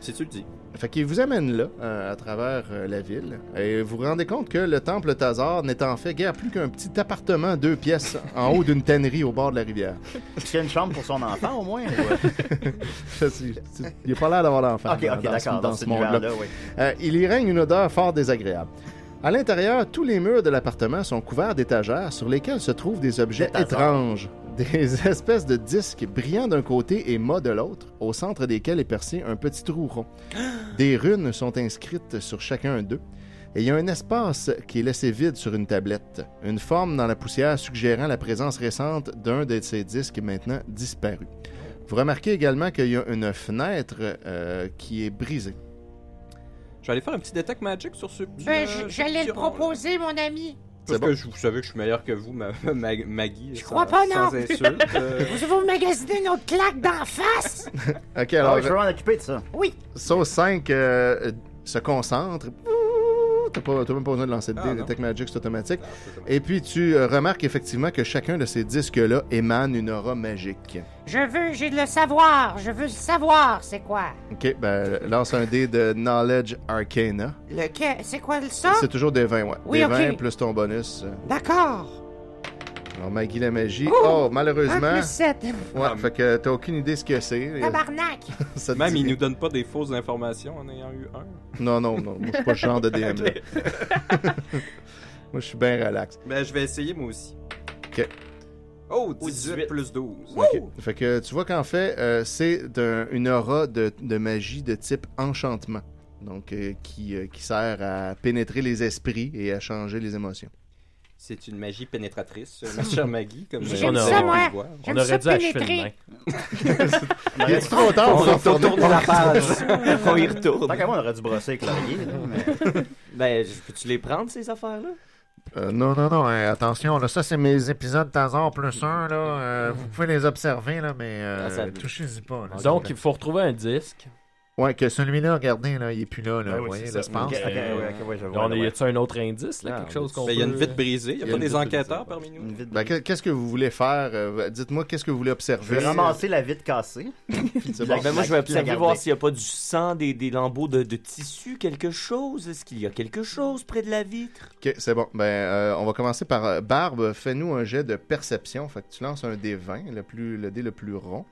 Si tu le dis. Fait qu'il vous amène là, euh, à travers euh, la ville, et vous vous rendez compte que le temple Tazar n'est en fait guère plus qu'un petit appartement deux pièces en haut d'une tannerie au bord de la rivière. Est-ce qu'il y a une chambre pour son enfant, au moins? ou- Ça, c'est- c'est- Il n'est pas l'air d'avoir d'enfant Ok, dans- ok, dans ce- d'accord, dans dans ce cet monde-là. univers-là, oui. Euh, il y règne une odeur fort désagréable. À l'intérieur, tous les murs de l'appartement sont couverts d'étagères sur lesquelles se trouvent des objets Des tasards. étranges, des espèces de disques brillants d'un côté et mats de l'autre, au centre desquels est percé un petit trou rond. Des runes sont inscrites sur chacun d'eux. Et il y a un espace qui est laissé vide sur une tablette, une forme dans la poussière suggérant la présence récente d'un de ces disques maintenant disparu. Vous remarquez également qu'il y a une fenêtre euh, qui est brisée. Je vais aller faire un petit détect magic sur ce. Euh, sur- j- J'allais le sur- proposer, mon ami. Parce C'est que je- vous savez que je suis meilleur que vous, ma, ma- Maggie. Je crois pas, non. Sans insulte. euh, Vous vous magasiner une autre claque d'en face? Ok, Ah alors, ouais, je vais m'en occuper de ça. Oui. sauce 5 euh, euh, se concentre. T'as pas- t'as même pas besoin de lancer de dés, Ah, non. Detect Magic, c'est automatique. Et puis tu euh, remarques effectivement que chacun de ces disques-là émane une aura magique. Je veux, j'ai de le savoir. Je veux le savoir, c'est quoi? Ok, ben lance un dé de Knowledge Arcana. Le que- C'est quoi le ça? C'est toujours des 20, ouais. Ah! Oui, des ok. 20 plus ton bonus. D'accord. Alors, Maggie la magie. Oh, Oh! Un malheureusement. plus Ah, 7. Ouais, fait que t'as aucune idée ce que c'est. Et Tabarnak. ça te Même, dit- il nous donne pas des fausses informations en ayant eu un. Non, non, non. Moi, je suis pas le genre de DM. là. Moi, je suis bien relax. Ben, je vais essayer moi aussi. Ok. Oh, 18, plus 12. Ok. Fait que tu vois qu'en fait, euh, c'est d'un- une aura de, de magie de type enchantement. Donc, euh, qui, euh, qui sert à pénétrer les esprits et à changer les émotions. C'est une magie pénétratrice, euh, ma chère Maggie. Comme J'aime euh, ça, on moi. le voit. On J'aime aurait ça dû achever le pénétrer. nain. Il est trop tard On pour retourne retourner. la page. on y retourne. Tant qu'à moi, on aurait dû brosser avec l'oreiller. là, mais- Ben, je- peux-tu les prendre, ces affaires-là? Euh, non, non, non, hein, attention, là, ça c'est mes épisodes Tazar plus 1, là, euh, vous pouvez les observer, là, mais euh, Ah, ça- touchez-y pas. là. Donc, il faut retrouver un disque. Ouais, que celui-là, regardez, là, il est plus là, là, Ben Ah oui, vous voyez, c'est là, ça. je pense. Ok, ok, Euh, ouais, ok, ouais, je vois, on là, est- ouais. Y a-tu un autre indice, là, Ah, quelque chose qu'on ben, peut... il y a une euh, vitre brisée, il y a Il y pas a une des vitre enquêteurs parmi nous. Ben, que- Qu'est-ce que vous voulez faire? euh, Dites-moi, qu'est-ce que vous voulez Je observer? vais ramasser la vitre cassée. C'est La- bon. Ben, moi, je vais la- observer, la voir garder. s'il n'y a pas du sang, des, des lambeaux de, de tissu, quelque chose. Est-ce qu'il y a quelque chose près de la vitre? Ok, c'est bon. Ben, euh, on va commencer par euh, Barbe. Fais-nous un jet de perception. Fait que tu lances un dé 20, le, plus, le dé le plus rond.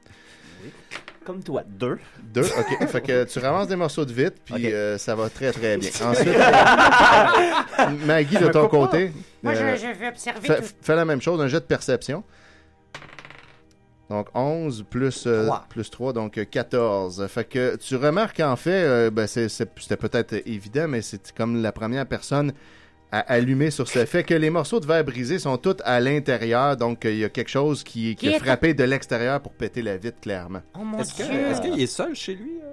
Comme toi. Deux. Deux, ok. fait que tu ramasses des morceaux de vitre, puis euh, ça va très très bien. Ensuite, euh, Maggie, de me ton coupe pas. côté. Moi, je- euh, je vais observer Fais, tout. fais la même chose, un jet de perception. Donc 11 plus, euh, Trois. plus 3, donc euh, 14. Fait que tu remarques en fait, euh, ben, c'est- c'est- c'était peut-être évident, mais c'est comme la première personne à allumer sur ce fait que les morceaux de verre brisé sont tous à l'intérieur, donc euh, il y a quelque chose qui, qui Qui est est- frappé de l'extérieur pour péter la vitre, clairement. Oh mon Est-ce que- Dieu. est-ce qu'il est seul chez lui? euh?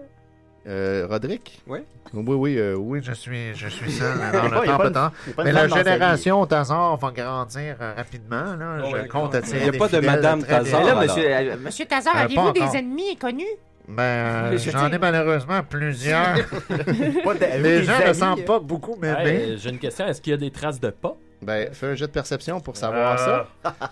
Euh, Roderick? Oui. Oui, oui, euh, oui. Je suis, je suis seul euh, dans Ouais, le y a temps pas de- temps. y a pas de Mais la femme dans sa vie. génération Tazar va grandir euh, rapidement. Là. Oh, je ouais, compte ouais. attirer Y a des pas de fidèles Madame très bien. Tazar, Mais là, monsieur, Alors. Monsieur Tazar, Euh, pas avez-vous encore. des ennemis connus? Ben, euh, Je j'en sais. ai malheureusement plusieurs. Pas de- les des gens ne amis, semblent euh. pas beaucoup Hey, m'aimer. euh, J'ai une question. Est-ce qu'il y a des traces de pas? Ben, fais un jet de perception pour Euh. savoir ça.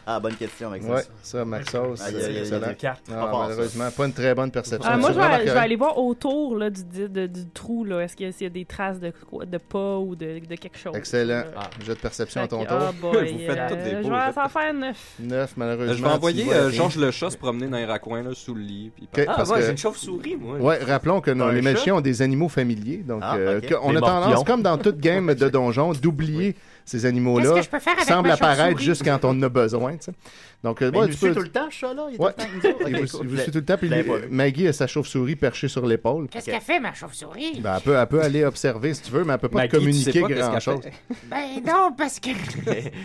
Ah, bonne question, Maxence. Ouais, ça, Maxos, Aïe, aïe, aïe, c'est il y a excellent. des cartes. Non, Pas fort, ça. malheureusement, pas une très bonne perception. Ah, moi, Tu je vais, remarques- je vais aller voir autour là, du, di- de- du trou. là. Est-ce qu'il y, a- s'il y a des traces de, quoi- de pas ou de, de quelque chose? Excellent. là. Jet de perception à Fait que- ton ah, tour. boy, euh, Je vais en faire neuf. 9, malheureusement. Je vais tu envoyer vois la euh, fin. Georges le chat se promener dans les raccoins, là, sous le lit. Puis Ok, ah, parce moi, que- j'ai une chauve-souris, moi. Ouais, rappelons que nos- Un les Melchions chat? ont des animaux familiers. Donc, Ah, euh, ok. que- on Des a tendance, morpions. comme dans toute game de donjon, d'oublier ces Qu'est-ce animaux-là. que je peux faire avec semblent ma apparaît chauve-souris? juste quand on en a besoin. tu sais. Donc, euh, Mais ouais, il nous tu suit peux- tout le temps, ce chat-là? Il est Ouais. tout le temps avec nous autres? Il Ok, vous, cool. il vous Je l'ai- suit tout le temps. Puis je l'avais il- pas vu. Maggie a sa chauve-souris perchée sur l'épaule. Qu'est-ce qu'elle fait, ma chauve-souris? Ben, elle, peut, elle peut aller observer si tu veux, mais elle peut pas Maggie, te tu sais communiquer pas qu'est-ce qu'elle grand-chose. fait. Ben non, parce que...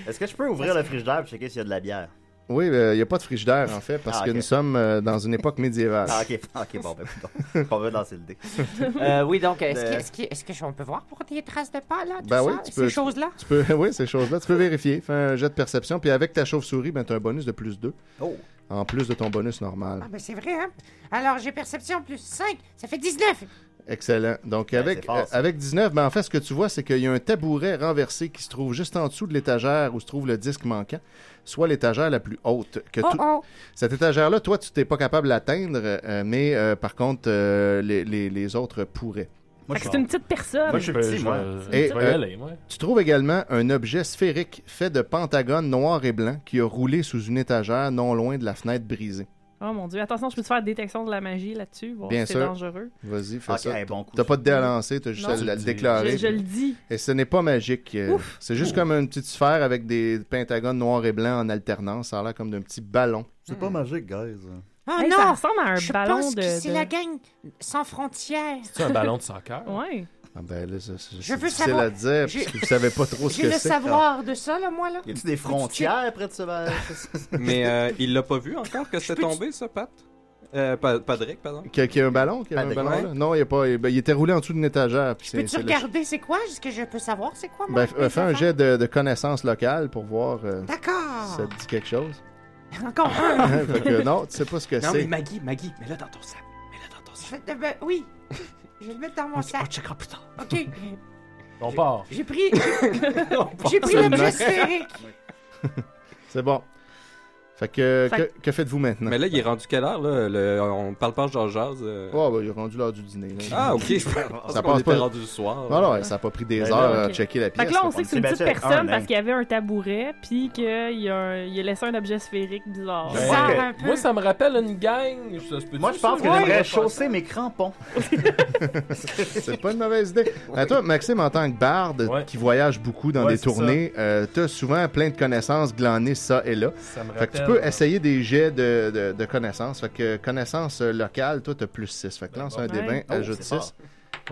Est-ce que je peux ouvrir le frigidaire pour checker s'il y a de la bière? Oui, euh, il n'y a pas de frigidaire, en fait, parce Ah, que ok. nous sommes euh, dans une époque médiévale. Ah, ok, ok, bon, ben, bon. on va lancer le dé. oui, donc, est-ce euh, que- est-ce que- est-ce que on peut voir pour des traces de pas, là? tout Ben oui, ça, tu ces peux. choses-là? Tu peux, oui, ces choses-là. Tu peux vérifier. Fais un jet de perception. Puis avec ta chauve-souris, ben, tu as un bonus de plus 2. Oh. En plus de ton bonus normal. Ah, ben c'est vrai, hein? Alors, j'ai perception plus 5, ça fait 19. Excellent. Donc, avec, c'est fort, euh, ça. avec 19, ben, en fait, ce que tu vois, c'est qu'il y a un tabouret renversé qui se trouve juste en dessous de l'étagère où se trouve le disque manquant, soit l'étagère la plus haute. Que Oh, tout- oh. Cette étagère-là, toi, tu t'es pas capable d'atteindre, euh, mais euh, par contre, euh, les, les- les autres pourraient. Fait que c'est une petite personne. Moi, je suis petit, moi. Et, Et, euh, Tu trouves également un objet sphérique fait de pentagones noirs et blancs qui a roulé sous une étagère non loin de la fenêtre brisée. Oh mon dieu, attention, je peux te faire détection de la magie là-dessus. voir Bien si sûr. c'est dangereux. Vas-y, fais Ok, ça. bon coup, t'as pas de dé à lancer, t'as juste Non. à le- à le Je- déclarer. je le dis. Et ce n'est pas magique. euh, Ouf. C'est juste comme une petite sphère avec des pentagones noirs et blancs en alternance. Ça a l'air comme d'un petit ballon. C'est pas magique, guys. Oh Hey, non! ça ressemble à un je ballon pense que de- c'est de- la gang sans frontières. C'est un ballon de soccer? Ouais. Ah ben là, ça, c'est Je c'est veux difficile savoir- à dire Je- parce que vous savez pas trop ce Je que veux c'est. savoir de ça, là, moi, là. Y a-tu des frontières près de ce verre? Mais euh, il l'a pas vu encore que c'était tombé, ça, Pat? Euh, pa- Patrick, pardon. Qu'il y a un ballon, Ah, qu'il y a un Patrick. ballon Ouais. là? Non, il y a pas. ben, il était roulé en dessous d'une étagère. puis c'est- Peux-tu c'est le- regarder c'est quoi? Est-ce que je peux savoir c'est quoi, moi? Ben, f- fais un jet de, de connaissances locales pour voir euh, D'accord. si ça te dit quelque chose. Ah. Encore un! Fait que non, tu sais pas ce que Non, mais c'est. Maggie, Maggie, mais là dans ton sac. Je vais- ben, oui. Je vais le mettre dans mon sac. On checkera plus tard. OK. On part. J'ai pris... J'ai pris seulement. l'objet sphérique. C'est bon. Fait que, Fait- que, que faites-vous maintenant? Mais là, il est rendu quelle heure, là? Le- On parle pas de Georges Jazz. euh. Oh, ben, il est rendu l'heure du dîner. là. Ah, ok. Je pense qu'on était rendu le soir. Non, non, ouais, ça a pas pris des Ben heures là, à ok. checker la pièce. Fait que là, on là. sait que c'est une petite personne parce qu'il y avait un tabouret, puis qu'il a, un- il a laissé un objet sphérique bizarre. Ouais. Bizarre un peu. Moi, ça me rappelle une gang. Moi, je pense que j'aimerais chausser mes crampons. C'est pas une mauvaise idée. À toi, Maxime, en tant que barde qui voyage beaucoup dans Ouais, des c'est ça. tournées, euh, t'as souvent plein de connaissances glanées ça et là. me fait que tu rappelle, peux essayer des jets de, de- de connaissances. Fait que connaissances euh, locales, toi, t'as plus 6. Fait que lance un des Ouais. 20, Oh, ajoute c'est 6.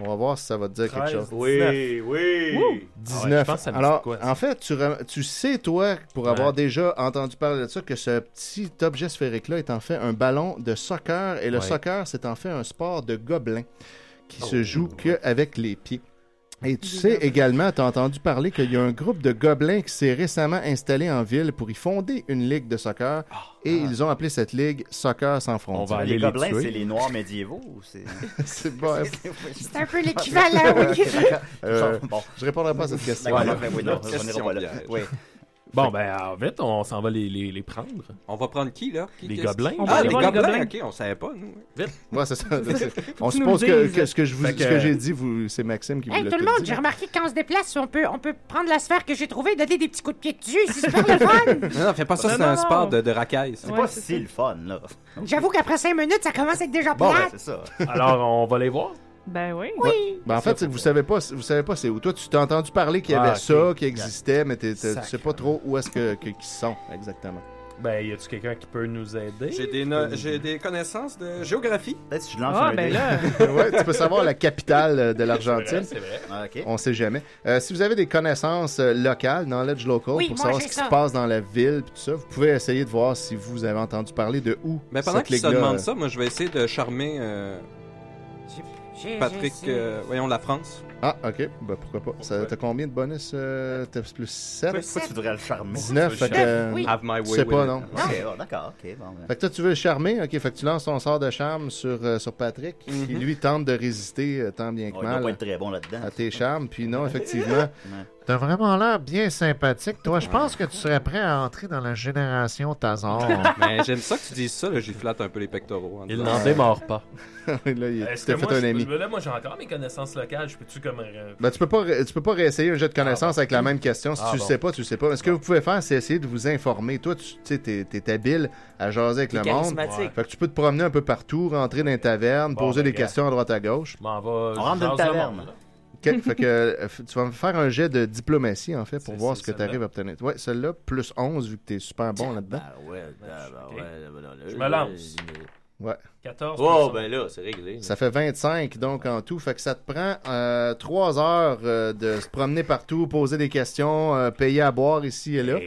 On va voir si ça va te dire quelque chose. oui. Ah 19. Alors, en fait, tu, rem- tu sais, toi, pour avoir déjà entendu parler de ça, que ce petit objet sphérique-là est en fait un ballon de soccer. Et le Ouais. Oh. soccer, c'est en fait un sport de gobelins qui se joue que avec les pieds. Et tu sais également, tu as entendu parler qu'il y a un groupe de gobelins qui s'est récemment installé en ville pour y fonder une ligue de soccer. Ah, et ils ont appelé cette ligue Soccer sans frontières. les gobelins, c'est les noirs médiévaux. ou C'est C'est bon. C'est un peu l'équivalent, oui. Euh, Je répondrai pas à cette question. Voilà, ben oui, non, on ira pas là. Oui. Bon, ben, en fait, on s'en va les, les, les prendre. On va prendre qui, là? Qui- Les qu'est-ce- gobelins. Ah, les gobelins. OK, on savait pas, nous. Vite. Ouais, c'est ça. que On tu nous suppose le que, dises. que ce que je vous, Fait que- ce que j'ai dit, vous, c'est Maxime qui vous Hey, l'a tout le tout monde, dit. j'ai remarqué quand on se déplace, on peut, on peut prendre la sphère que j'ai trouvée et donner des petits coups de pied dessus. C'est super le fun. Non, non, fais pas ça, Non, c'est non, un non. sport de, de racaille. C'est Ouais, pas c'est si ça. le fun, là. J'avoue qu'après cinq minutes, ça commence à être déjà plate. ça. Alors, on va les voir? Ben oui. Oui. Ben, en fait, c'est que vous savez pas, vous savez pas c'est où. Toi, tu t'as entendu parler qu'il y avait Ah, ok. ça, qui existait, mais t'es- t'es- tu Sacre. sais pas trop où est-ce que, que- qu'ils sont exactement. Ben, y a-tu quelqu'un qui peut nous aider? J'ai des, no- j'ai des connaissances de géographie. Peut-être si je lance Ah, un ben dé. là. ouais, tu peux savoir la capitale euh, de l'Argentine. C'est vrai, On sait jamais. Euh, si vous avez des connaissances euh, locales, knowledge local, Oui, pour moi, savoir j'ai ce qui ça. se passe dans la ville, pis tout ça, vous pouvez essayer de voir si vous avez entendu parler de où. Mais pendant cette qu'il se ligue-là, demande euh, ça, moi, je vais essayer de charmer euh, J'ai- Patrick, j'ai- euh, voyons, la France. Ah, ok, ben pourquoi pas. Ça- T'as combien de bonus euh, T'as plus 7 Pourquoi tu voudrais le charmer? 19, fait que. euh, Have my tu way sais with pas, it. non. Ok, oh, d'accord, ok, bon. ben. Fait que toi, tu veux le charmer, ok, fait que tu lances ton sort de charme sur, euh, sur Patrick, qui lui tente de résister euh, tant bien que Mhm. Ouais, il doit mal pas être très bon là-dedans. à tes charmes, puis non, effectivement. T'as vraiment l'air bien sympathique. Toi, je pense que tu serais prêt à entrer dans la génération Tazor. Mais j'aime ça que tu dises ça, là, j'y flatte un peu les pectoraux. en Il disant- n'en démarre pas. là, il tu Est-ce t'es que fait moi, un je- ami. Là, moi, j'ai encore mes connaissances locales. Je peux-tu comme. euh, Ben, tu peux pas, ré- tu peux pas réessayer un jeu de connaissances avec la même question. Si Ah, tu bon. sais pas, tu sais pas. Mais ce que vous pouvez faire, c'est essayer de vous informer. Toi, tu tu sais, t'es, t'es habile à jaser avec T'es le monde. charismatique. Fait que tu peux te promener un peu partout, rentrer dans les tavernes, Bon, poser ben, des gars. questions à droite à gauche. Je m'en vais. On rentre dans une taverne. Ok, fait que euh, f- tu vas me faire un jet de diplomatie, en fait, pour voir ce que tu arrives à obtenir. Ouais, celle-là, plus 11, vu que t'es super bon là-dedans. ben, Je me lance. euh, Ouais. 14. Oh, personnes. ben là, c'est réglé. Ça fait 25 donc en tout. Fait que ça te prend 3 heures euh, de se promener partout, poser des questions, euh, payer à boire ici et là.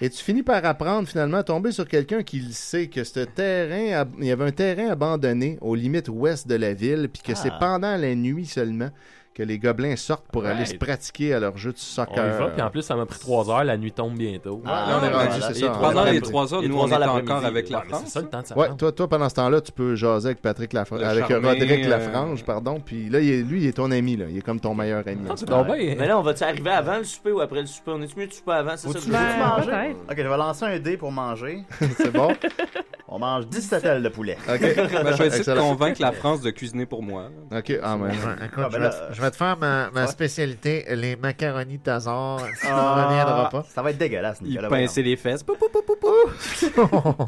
Et tu finis par apprendre finalement à tomber sur quelqu'un qui le sait que ce terrain, ab- il y avait un terrain abandonné aux limites ouest de la ville, puis que Ah. c'est pendant la nuit seulement que les gobelins sortent pour aller se Alright. pratiquer à leur jeu de On y soccer. va, puis en plus, ça m'a pris 3 heures, la nuit tombe bientôt. Ah, là, on est rendu, voilà. c'est ça. Et pendant les trois heures, nous, on est encore avec la Ouais, mais France. C'est ça le temps de ça. Ouais, toi, toi, pendant ce temps-là, tu peux jaser avec Patrick Lafra- Le avec charmer, Roderick euh, Lafrange, pardon. Puis là, il est- lui, il est ton ami, là. Il est comme ton meilleur ami. c'est donc bien. Mais là, on va-tu arriver avant le souper ou après le souper? On est-tu mieux de souper avant? C'est ça Faut-tu que je veux veux-tu dire. manger? Ok, je vais lancer un dé pour manger. c'est bon. On mange 17 ailes de poulet. Ben, Ok. je vais essayer de Excellent. convaincre la France de cuisiner pour moi. Ok, ah, mais. Écoute, Ah, ben je, vais là, te, je vais te faire ma, ma ouais. spécialité, les macaronis Tazor. Tu n'en Ah, reviendras pas. Ça va être dégueulasse, Nicolas. Pincer les fesses. Pou, pou, pou, pou, pou.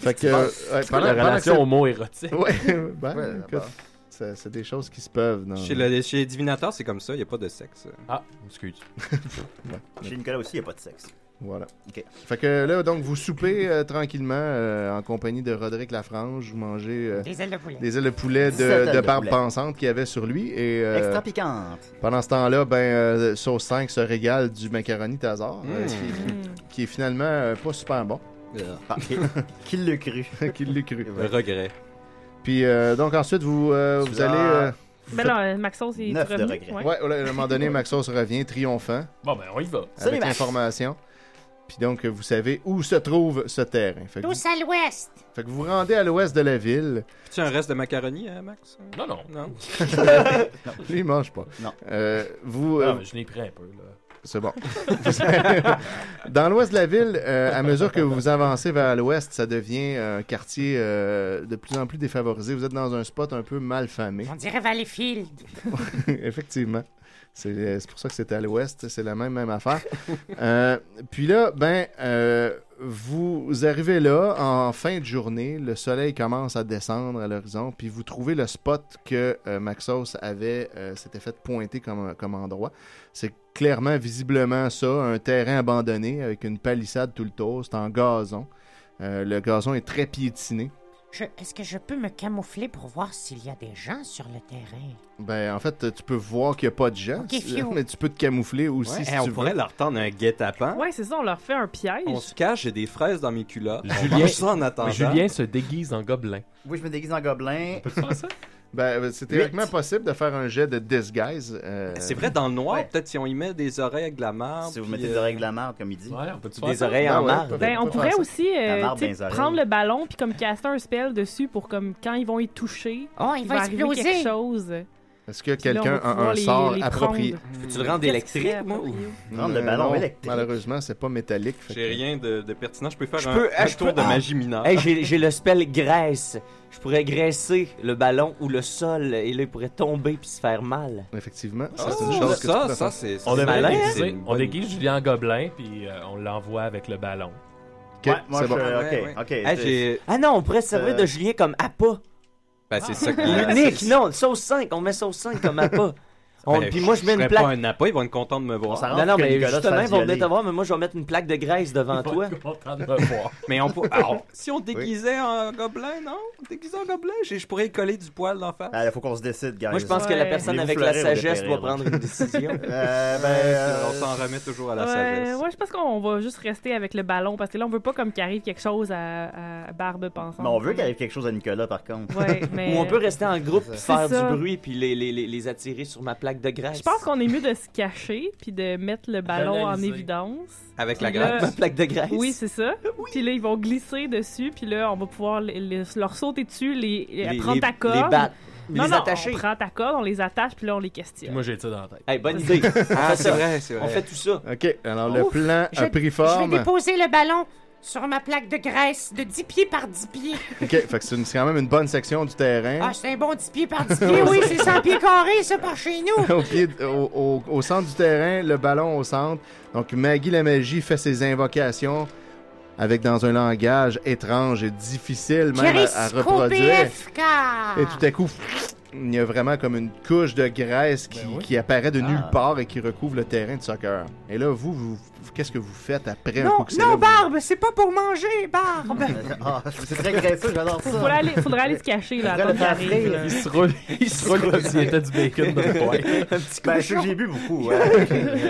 Fait que. La relation homo-érotique. Ouais, ben, Ouais, écoute, d'abord. c'est c'est des choses qui se peuvent. Non? Chez, le, chez les divinateurs, c'est comme ça, il n'y a pas de sexe. Ah, excuse. Chez Nicolas aussi, il n'y a pas de sexe. Voilà. Ok. Fait que là, donc, vous soupez euh, tranquillement euh, en compagnie de Roderick Lafrange. Vous mangez euh, Des ailes de poulet. des ailes de poulet Sept ailes de, de de barbe poulet. pensante qu'il y avait sur lui. Et, euh, Extra piquante. Pendant ce temps-là, ben, euh, Sauce 5 se régale du macaroni Tazar, euh, Mmh. Mm. qui, qui est finalement euh, pas super bon. Ah, Qui l'a cru? Qui l'a cru? Le regret. Puis euh, donc ensuite, vous, euh, vous as allez... euh, Ben là, Maxence, il est revenu. Ouais, ouais, à un moment donné, Maxos revient triomphant. Bon, ben, on y va. avec l'information. Puis donc, vous savez où se trouve ce terrain. Fait que, vous, Tous à l'ouest. fait que vous vous rendez à l'ouest de la ville. Tu as un reste de macaroni, hein, Max Non, non. Non. Lui, il mange pas. Non. Euh, vous, Ah, euh, mais je l'ai pris un peu, là. C'est bon. Dans l'ouest de la ville, euh, à mesure que vous avancez vers l'ouest, ça devient un quartier euh, de plus en plus défavorisé. Vous êtes dans un spot un peu mal famé. On dirait Valleyfield. Effectivement. C'est euh, c'est pour ça que c'était à l'ouest, c'est la même, même affaire. Euh, puis là, ben, euh, vous arrivez là en fin de journée, le soleil commence à descendre à l'horizon, puis vous trouvez le spot que euh, Maxos avait, euh, s'était fait pointer comme, comme endroit. C'est clairement, visiblement ça, un terrain abandonné avec une palissade tout le tour, c'est en gazon. Euh, le gazon est très piétiné. Je- Est-ce que je peux me camoufler pour voir s'il y a des gens sur le terrain? Ben, en fait, tu peux voir qu'il n'y a pas de gens, Ok, Fio. mais tu peux te camoufler aussi Ouais, si hey, tu on veux. pourrait leur tendre un guet-apens. Ouais, c'est ça, on leur fait un piège. On se cache, j'ai des fraises dans mes culottes. On Julien, mange ça en attendant. Julien se déguise en gobelin. Oui, je me déguise en gobelin. Peux-tu faire ça? Ben, c'est théoriquement possible de faire un jet de disguise. euh, C'est vrai, dans le noir, peut-être si on y met des oreilles avec de la euh, marde. Si vous mettez des oreilles avec de la marde, comme il dit. Ouais, on peut faire ça? Ben ouais, peut- Ben, on peut pourrait faire ça. aussi euh, La marde tu sais, dans Ah, ben les oreilles. prendre le ballon puis comme caster un spell dessus pour comme quand ils vont y toucher, Oh, il il va va arriver exploser. quelque chose. Est-ce que Puis là, on quelqu'un va a pouvoir un les- sort les prendre. approprié Euh, Peux-tu le rendre Qu'est-ce qui serait électrique, moi ou- approprié? Non, le ballon électrique. Malheureusement, c'est pas métallique. fait que- J'ai rien de, de pertinent. Je peux faire Je un, peux, un ah, je tour peux- de ah. magie mineure. Hey, j'ai j'ai le spell graisse. Je pourrais graisser le ballon ou le sol et là, il pourrait tomber puis se faire mal. Effectivement, ça Oh, c'est une chose que tu ça, peux ça, faire. c'est On, c'est devrait malin. déguiser- C'est une on bonne- déguise Julien Gobelin, puis euh, on l'envoie avec le ballon. Ok, moi, c'est je- bon. ok, Ouais, ouais. ok. Ah, j'ai- Ah non, on pourrait se servir Euh, de Julien comme appât. Ben, c'est ça Ah, Nick, non, sauce 5, on met sauce 5 comme appât. On- Ben, puis moi, je mets une ferais plaque. pas un appât, ils vont être contents de me voir. Non, non, mais justement, ils vont venir te voir, mais moi, je vais mettre une plaque de graisse devant toi. Mais on peut. alors, si on déguisait un gobelin, non On déguisait un gobelin, j'ai- je pourrais y coller du poil d'en face. Ah, Il faut qu'on se décide, guys. Moi, je pense que la Ouais. personne Voulez-vous avec la fleurir ou sagesse dépérir, doit prendre là? une décision. Euh, ben, Ouais, euh, on s'en remet toujours à la Ouais, euh, sagesse. ouais, je pense qu'on va juste rester avec le ballon parce que là, on veut pas comme qu'il arrive quelque chose à, à Barbe pensante. Mais ben, on veut qu'il arrive quelque chose à Nicolas, par contre. Ouais, mais- Ou on peut rester en groupe, puis C'est faire ça. du bruit, puis les, les, les, les attirer sur ma plaque de graisse. Je pense qu'on est mieux de se cacher puis de mettre le ballon Oh, en évidence. Avec la Puis là- graisse. Ma plaque de graisse. Oui, c'est ça. Puis là, ils vont glisser dessus, puis là, on va pouvoir les- les- leur sauter dessus, les, Les- prendre les- ta corde. les battre. Non, Les non, attacher. on prend ta corde, on les attache, puis là, on les questionne. Moi, j'ai ça dans la tête. Hey, bonne idée. Ah, On fait c'est ça. vrai, c'est vrai. On fait tout ça. Ok, alors le Ouf, plan je- a pris Je vais forme. déposer le ballon sur ma plaque de graisse de 10 pieds par 10 pieds. Ok, fait que c'est une- c'est quand même une bonne section du terrain. Ah, c'est un bon 10 pieds par 10 pieds. Oui, c'est 100 pieds carrés, ça, par chez nous. au, pied, au, au- au centre du terrain, le ballon au centre. Donc Maggie la magie fait ses invocations avec dans un langage étrange et difficile même à, à Kirisco reproduire. PFK. Et tout à coup, il y a vraiment comme une couche de graisse qui, qui apparaît de nulle part et qui recouvre le terrain de soccer. Et là, vous, vous, vous- qu'est-ce que vous faites après un coup Non, que c'est là, non, vous- Barbe, c'est pas pour manger, Barbe. Ah, c'est très graisseux, j'adore ça. Faudrait aller, faudrait aller se cacher, là, Faudrait attendre le qu'ils faire arrivent. rire. là. Il se roule, il se roule comme s'il était du bacon dans le coin. Ben, je- j'ai bu beaucoup. ouais.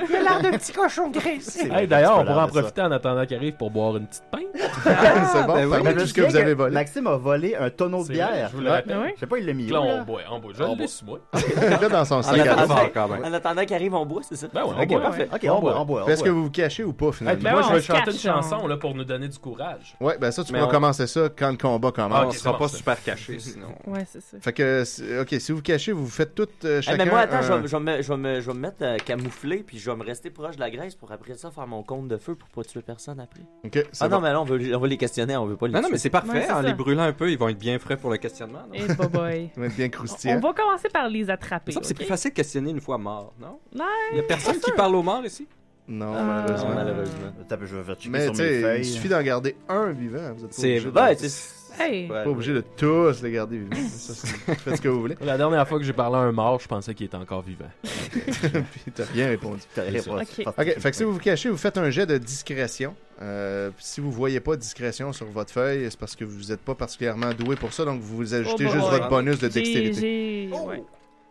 Il a l'air d'un petit cochon gris. Hey, D'ailleurs, on pourrait en de ça. profiter en attendant qu'il arrive pour boire une petite pinte. c'est bon, ben ça oui. remonte Mais jusqu'à je ce que vous sais avez volé. Maxime a volé un tonneau de C'est vrai, bière. je vous le Ah rappelle. Ben Je sais pas, il l'a mis où, Là, on là? boit, on boit. Je On le boit. laisse, moi. Ah, Là, dans son En sac à dos. attendant, quand même. en attendant qu'il arrive, on boit, c'est ça? Ben ouais, on Ok, boit. parfait. Ok, on boit, on boit. on Est-ce que boit. vous vous cachez ou pas Hey, puis finalement? moi, je vais on se chanter une cache, hein. on- chanson là, pour nous donner du courage. Ouais, ben ça, tu Mais peux on- recommencer ça quand le combat Ah, commence. on sera pas super caché sinon. Ouais, c'est ça. Fait que, c'est- ok, si vous vous cachez, vous faites tout euh, Eh, chacun. mais moi, attends, je un- vais- je vais me- je vais me- je vais me mettre euh, camouflé, puis je vais me rester proche de la graisse pour après ça faire mon compte de feu pour pas tuer personne après. Ok, c'est Ah non, bon. mais là, on, veut, on veut les questionner, on veut pas les Non, non, tuer. mais c'est Ouais, parfait. c'est en ça. les brûlant un peu, ils vont être bien frais pour le questionnement. Non? Eh, boy, boy. Vous êtes bien On croustillant. va commencer par les Il me attraper. semble que C'est plus ok? facile de questionner une fois mort, non? Non, Il y a personne qui parle aux morts ici? Non, Ah. Non, malheureusement. malheureusement. Attends, je vais checker Mais sur tu mes sais, il feuilles. suffit d'en garder un vivant. Vous êtes pas C'est- obligé de- Ben, tu sais, Hey. pas obligé de tous les garder vivants. Ça, c'est- Faites ce que vous voulez. La dernière fois que j'ai parlé à un mort, je pensais qu'il était encore vivant. Puis t'as bien répondu. T'aurais les bras- Ok. Ok, fait que si vous vous cachez, vous faites un jet de discrétion. Euh, puis si vous voyez pas discrétion sur votre feuille, c'est parce que vous n'êtes pas particulièrement doué pour ça, donc vous ajoutez Oh, juste boy. votre bonus de J'ai- dextérité. j'ai- ouais. Oh!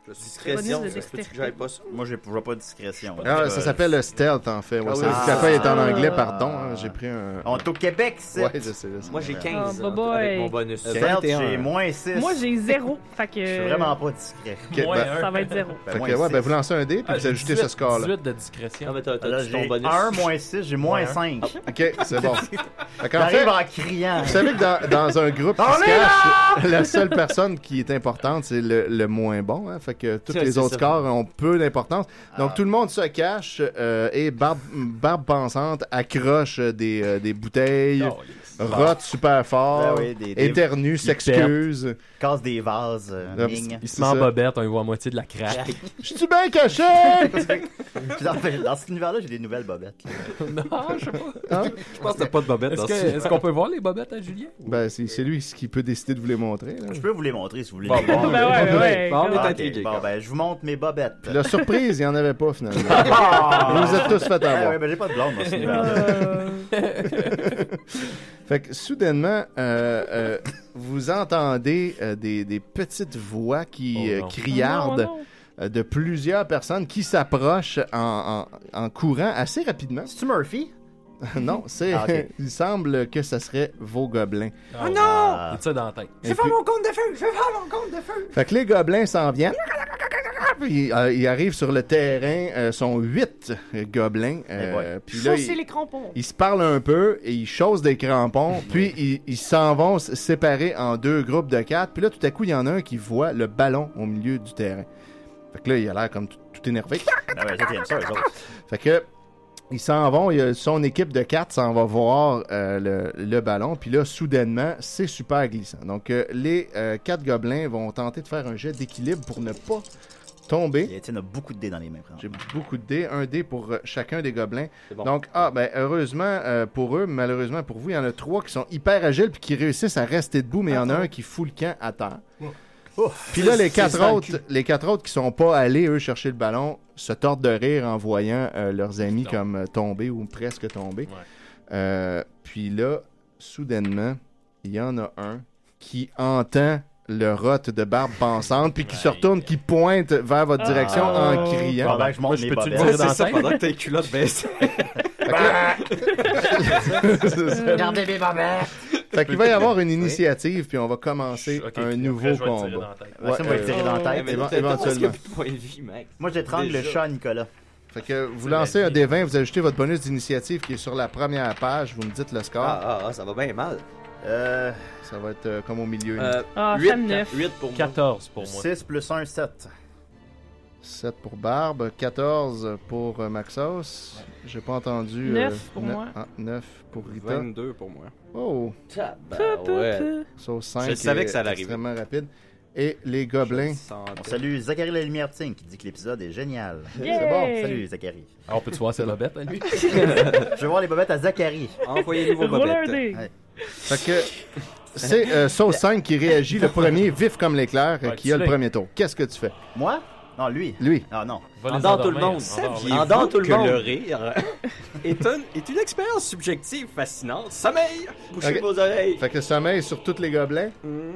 Je suis discrétion, Bonus de ça se peut-tu que dextérité. j'aille pas ça. Moi, j'ai je vois pas de discrétion. Ah, ça Euh, s'appelle le stealth en fait. Ouais, Ah ça- oui, la c'est feuille est ça. en anglais, pardon. hein, J'ai pris un. On est au Québec, c'est. Ouais, je sais. je sais. Moi, j'ai Ah, 15 bah, en tout, avec boy. mon bonus. Euh, Certes, 21. j'ai moins 6. Moi, j'ai zéro. Fait que. Je suis vraiment pas discret. Ok, Moins ben, un. Ça va être zéro. Ben, fait moins que, ouais, six. ben, vous lancez un dé puis Ah, vous j'ai ajoutez 18, ce score-là. 18 de Non, Ah, discrétion. Ah, mais t'as Là, t'as ton j'ai bonus. 1, moins 6, j'ai moins Ouais. 5. Ok, c'est bon. Fait qu'en fait, hein. J'arrive en criant. Vous savez que dans, dans un groupe qui se cache, la seule personne qui est importante, c'est le, le moins bon. hein. Fait que tous Ça, les c'est autres ça. scores ont peu d'importance. Ah. Donc tout le monde se cache euh, et Barbe, Barbe Pensante accroche des, euh, des bouteilles, Oh, yes. rote super fort, Ben oui, des- des- éternue, s'excuse. Casse des vases. euh, Hop, ming. Il se met en C'est ça. bobette, on y voit à moitié de la craque. Je suis bien caché! Puis dans, ben, dans cet univers-là, j'ai des nouvelles bobettes. là. Ah, non, je sais pas. Je pense que t'as pas de bobette Est-ce dans que- ce est-ce qu'on peut voir les bobettes à Julien? ben, c'est c'est lui qui peut décider de vous les montrer. là. Je peux vous les montrer si vous voulez. Ben ouais, ouais, ouais. Bon, on est Ah, ok. intrigué. Bon, ben, je vous montre mes bobettes. Puis La surprise, il n'y en avait pas finalement. Ah! Vous vous êtes tous fait Ah avoir. ouais, ben, j'ai pas de blonde dans cet univers-là. Euh, Fait que soudainement, euh, euh, vous entendez euh, des, des petites voix qui Oh euh, non. oh criardent non, non. euh, de plusieurs personnes qui s'approchent en, en- en courant assez rapidement. C'est-tu Murphy? non, c'est. Ah, ok. il semble que ça serait vos gobelins. Ah, Oh non! Il tire dans la tête. Je vais faire mon compte de feu! Je vais faire mon compte de feu! Fait que les gobelins s'en viennent. Puis, euh, ils arrivent sur le terrain, euh, sont huit euh, gobelins. Eh euh, puis là, Chausser ils, les crampons. ils se parlent un peu et ils chaussent des crampons. puis ils- ils s'en vont s- séparés en deux groupes de quatre. Puis là, tout à coup, il y en a un qui voit le ballon au milieu du terrain. Fait que là, il a l'air comme tout, tout énervé. Fait que ils s'en vont, il y a- son équipe de 4 s'en va voir euh, le, le ballon, puis là, soudainement, c'est super glissant. Donc, euh, les 4 gobelins vont tenter de faire un jet d'équilibre pour ne pas tomber. Étienne a beaucoup de dés dans les mains. J'ai beaucoup de dés, un dé pour euh, chacun des gobelins. Donc, ah, ben, heureusement euh, pour eux, malheureusement pour vous, il y en a trois qui sont hyper agiles puis qui réussissent à rester debout, mais il y en a un qui fout le camp à terre. Puis là, les quatre, autres, les quatre autres qui sont pas allés, eux, chercher le ballon, se tordent de rire en voyant euh, leurs amis comme euh, tomber ou presque tomber. Euh, puis là, soudainement, il y en a un qui entend le rot de barbe pensante, puis qui se retourne, qui pointe vers votre direction Ah. en Oh. criant. Pendant que je monte Moi, je mes peux-tu le bobettes. dire dans la tête? culottes baissent. C'est ça. Gardez mes mamères! Fait qu'il va y avoir une initiative, puis on va commencer un nouveau je vais le tirer combat. dans la tête. Maxime va le tirer dans la tête. Mais éven- t'as- éventuellement. t'as presque plus de points de vie, mec. Moi, j'étrangle le chat à Nicolas. Fait que vous lancez un des 20, vous ajoutez votre bonus d'initiative qui est sur la première page, vous me dites le score. Ah, ah, ah, ça va bien mal. Ça va être euh, comme au milieu. Euh, Ah, huit, femme neuf. huit pour moi. 14 pour moi. 6 plus 1, 7. 7 pour Barbe, 14 pour euh, Maxos. J'ai pas entendu. euh, Neuf pour moi. 9 pour Rita. 22 pour moi. Oh! Tabarouette. Sauf 5 Je savais que ça allait extrêmement rapide. Et les gobelins. On salue Zachary La Lumière Tink qui dit que l'épisode est génial. Yay! C'est bon. Salut Zachary. Alors, peut-tu voir ses bobettes, à lui? Je vais voir les bobettes à Zachary. Envoyez-nous vos Roule un bobettes. dé. Ouais. Fait que c'est euh, Sauce 5 qui réagit le premier, vif comme l'éclair, euh, qui a le tu l'as. premier tour. Qu'est-ce que tu fais? Moi? Non, lui. Lui. Ah non. Va les Endors tout endormir. le monde. Saviez-vous En dents, tout le que monde. le rire est, un- est une expérience subjective fascinante. Sommeil! Bouchez Ok. vos oreilles! Fait que le sommeil sur tous les gobelins. Mhm.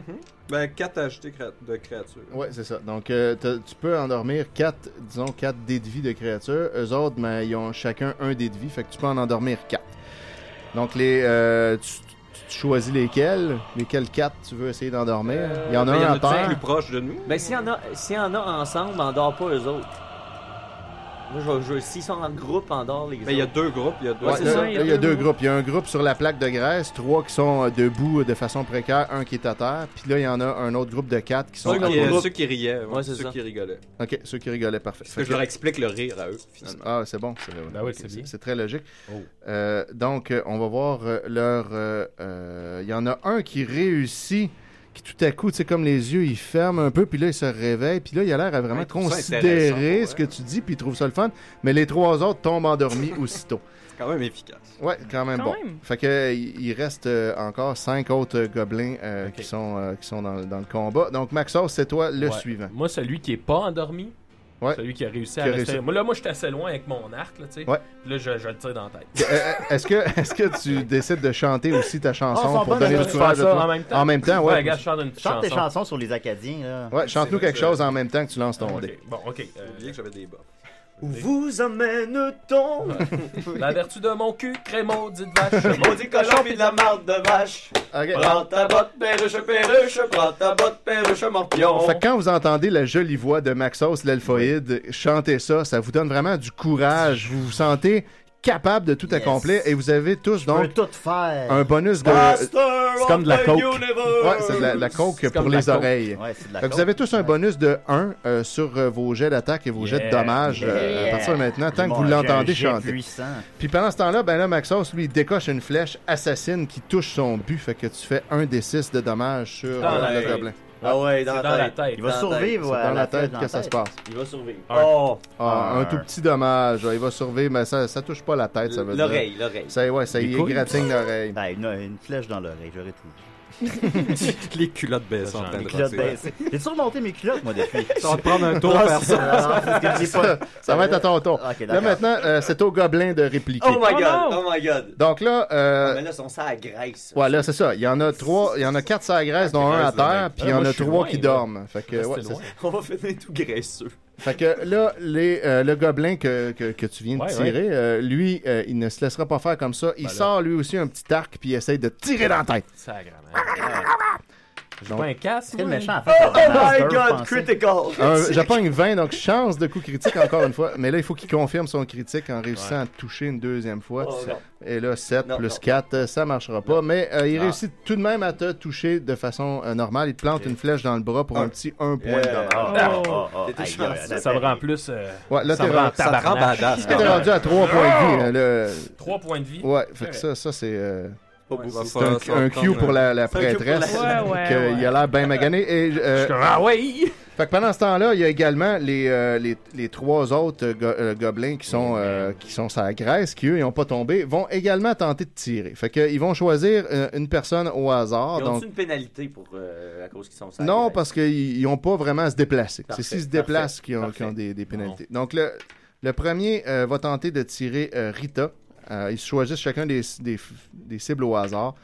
Ben, 4 ajoutés créa- de créatures. Ouais, c'est ça. Donc, euh, t'as- tu peux endormir 4, disons, 4 dés de vie de créatures. Eux autres, ben, ils ont chacun un dé de vie, fait que tu peux en endormir 4. Donc, les, euh, tu, tu- tu choisis lesquels, lesquels 4 tu veux essayer d'endormir. Euh, ben, il y Ben, en a un à terre. proche de nous. Ben, s'il y en a, s'il y en a ensemble, endors pas eux autres. Moi, je vais- je, s'ils sont en groupe, endors les Ben, il y a deux groupes, il y a deux. Ouais, c'est là, ça, là, il y a deux groupes. Il y a un groupe sur la plaque de graisse, trois qui sont euh, debout euh, de façon précaire, un qui est à terre. Puis là, il y en a un autre groupe de quatre qui sont Ceux à qui, euh, gauche. ceux qui riaient, ouais, Ouais, c'est ceux ça. qui rigolaient. Ok, ceux qui rigolaient, parfait. Parce que je leur explique le rire à eux, finalement. Ah, c'est bon. C'est Ah oui, ok, c'est bien. Oh. c'est- c'est très logique. Euh, donc, euh, on va voir euh, leur. euh, euh, Il y en a un qui réussit, qui tout à coup, tu sais, comme les yeux, il ferme un peu, puis là, il se réveille, puis là, il a l'air à vraiment Ouais, tout ça considérer ce que tu dis, puis il trouve ça le fun, mais les trois autres tombent endormis aussitôt. C'est quand même efficace. Ouais, quand même Quand bon. même. Fait que euh, il il reste euh, encore cinq autres euh, gobelins euh, qui sont euh, qui sont dans, le- dans le combat. Donc Maxos, c'est toi le Ouais. suivant. Moi, celui qui est pas endormi. Ouais. Celui qui a réussi Qui à a rester. réussi. Moi, là, moi, je suis assez loin avec mon arc, là, tu sais. Ouais. Puis Là, je, je le tire dans la Euh, tête. euh, est-ce que est-ce que tu décides de chanter aussi ta chanson Oh, ils sont pour bons, donner les le autres. courage de Faire ça toi en même temps. En même temps, ouais. Ouais, regarde, je chante une petite Chante tes chanson. chansons sur les Acadiens, là. Ouais, C'est chante-nous vrai, quelque chose en même temps que tu lances ton dé. Bon, Ah, ok. euh, J'ai oublié que j'avais des buffs. Où vous emmène-t-on? La vertu de mon cul, crée maudite vache. Maudit cochon pis de la marde de Euh, vache. Prends ta botte, perruche, perruche. Prends ta botte, perruche, morpion. Fait que quand vous entendez la jolie voix de Maxos l'elfoïde chanter ça, ça vous donne vraiment du courage. Vous vous sentez capable de tout accomplir et vous avez tous On peut donc tout faire. un bonus de. Master C'est comme de la of the euh, coke. universe. Ouais, c'est de la, la coke C'est pour comme de la les coke. oreilles. Ouais, c'est de la Fait que vous coke. avez tous un bonus de 1 euh, sur euh, vos jets d'attaque et vos jets de Yeah. dommages euh, à Yeah. partir de maintenant, tant Bon, que vous j'ai un l'entendez jet chanter. puissant. Puis pendant ce temps-là, ben là, Maxos, lui, il décoche une flèche assassine qui touche son but. Fait que tu fais 1 des 6 de dommages sur Dans euh, la le tête. gobelin. Ah ouais, dans, la, C'est dans tête. la tête. Il va Dans la survivre, tête. ouais, C'est dans la la tête tête, que dans ça la se tête. passe. Il va survivre. Un. Oh! Ah, un tout petit dommage. Il va survivre, mais ça, ça touche pas la tête, ça veut dire. L'oreille, l'oreille. Ça, ouais, ça Les y couilles. gratine l'oreille. Ben, une, une flèche dans l'oreille, j'aurais tout. Les culottes baissantes. Les culottes baissées. J'ai surmonté mes culottes, moi, depuis. Ça va te prendre un tour à faire ça. Ça, ça va être à ton tour. Ok, là, d'accord. maintenant, euh, c'est au gobelin de répliquer. Oh my god, oh my god. Donc là, Ah, euh, Mais là, son sang à graisse. Ouais, là, c'est ça. Il y en a trois, il y en a quatre sur la graisse, dont un à graisse de terre, même. puis Ah, il y en moi, a je suis trois loin, qui là. dorment. Fait que, Restez ouais, c'est loin. On va finir tout graisseux. ça. Fait que là, les, euh, le gobelin que, que- que tu viens de Ouais, tirer, ouais. euh, lui, euh, il ne se laissera pas faire comme ça. Il Ben là. sort lui aussi un petit arc puis il essaie de tirer dans la tête. Sacrément. Donc, Pas un casque. Quel moi. méchant, en fait, Oh, ça oh va my dans god, Star, je pensais. critical. Un- J'ai pas une 20, donc chance de coup critique encore une fois. Mais là, il faut qu'il confirme son critique en réussissant à toucher une deuxième fois. Oh, non. Et là, 7 Non, plus non. 4, ça marchera pas. Mais euh, il Ah. réussit tout de même à te toucher de façon euh, normale. Il te plante une flèche dans le bras pour un, Un. petit 1 point Yeah. de dommage. Oh, Ah. oh, oh, T'étais aïe, chanceux. aïe, aïe, aïe. Ça me rend plus, euh, ouais, là, ça me t'es rend rendu- tabarnak. ça te rend badass. T'es Ouais. rendu à 3 points de vie. hein, le- 3 points de vie. Ouais, fait que Correct. ça, ça c'est. euh, Ouais, ça, c'est un, ça, un ça, cue pour la, la C'est un cue pour la- prêtresse. Ouais, ouais, que Il a l'air bien magané. Et, euh, Je te- ah Fait que pendant ce temps-là, il y a également les, euh, les, les trois autres euh, go- euh, gobelins qui sont, euh, qui sont sur la Grèce, qui eux, ils n'ont pas tombé, vont également tenter de tirer. Fait qu'ils vont choisir euh, une personne au hasard. Ils ont donc... une pénalité pour euh, la cause qu'ils sont sales? Non, parce qu'ils n'ont pas vraiment à se déplacer. Parfait, C'est s'ils se parfait, déplacent qu'ils ont, qu'ils ont des, des pénalités. Donc, le, le premier euh, va tenter de tirer euh, Rita. Euh, ils choisissent chacun des, des, des cibles au hasard.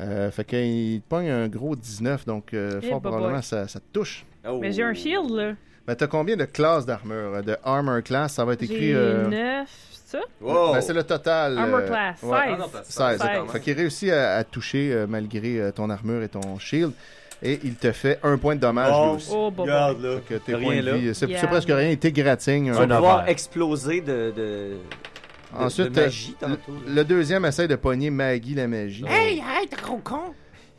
Euh, fait qu'il pogne un gros 19, donc euh, Eh, fort bah, probablement boy. ça, ça te touche. Oh. Mais j'ai un shield, là. Ben, t'as combien de classes d'armure? euh, De armor class, ça va être écrit... J'ai euh, 9, ça? ben, c'est le total. Armor euh, class, ouais. 16. Ah, non, 16. 16. Fait qu'il réussit à, à toucher euh, malgré euh, ton armure et ton shield. Et il te fait un point de dommage Oh, lui aussi. oh, bah, bah. Regarde, là. Fait que tes Rien, points de là. vie, c'est, c'est Regarde. presque rien, il t'égratigne. Tu un vas Ah, pouvoir ben. verre. exploser de, de, de- Ensuite, de magie euh, tantôt. Oh. le, le deuxième essaie de pogner Maggie la magie. Hey, arrête, gros con!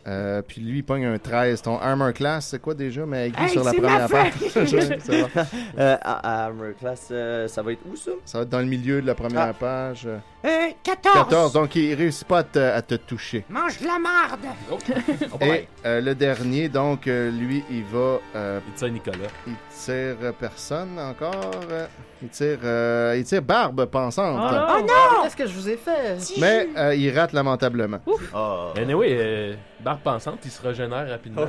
Euh, puis lui, il pogne un 13. Ton armor class, c'est quoi déjà, Maggie, Hey, sur la c'est première ma page? feuille! C'est bon. Euh, à- à Armor Class, euh, ça va être où ça? Ça va être dans le milieu de la Ah. première page. Euh, 14! 14, donc il réussit pas à te- à te toucher. Mange de la marde! Et euh, le dernier, donc, euh, lui, il va. il tire Nicolas. Il tire euh, personne encore. euh, il tire. euh, il tire Barbe pensante. Oh Oh Ah, non! Qu'est-ce que je vous ai fait? Mais euh, il rate lamentablement. Anyway, euh, barre pensante, il se régénère rapidement.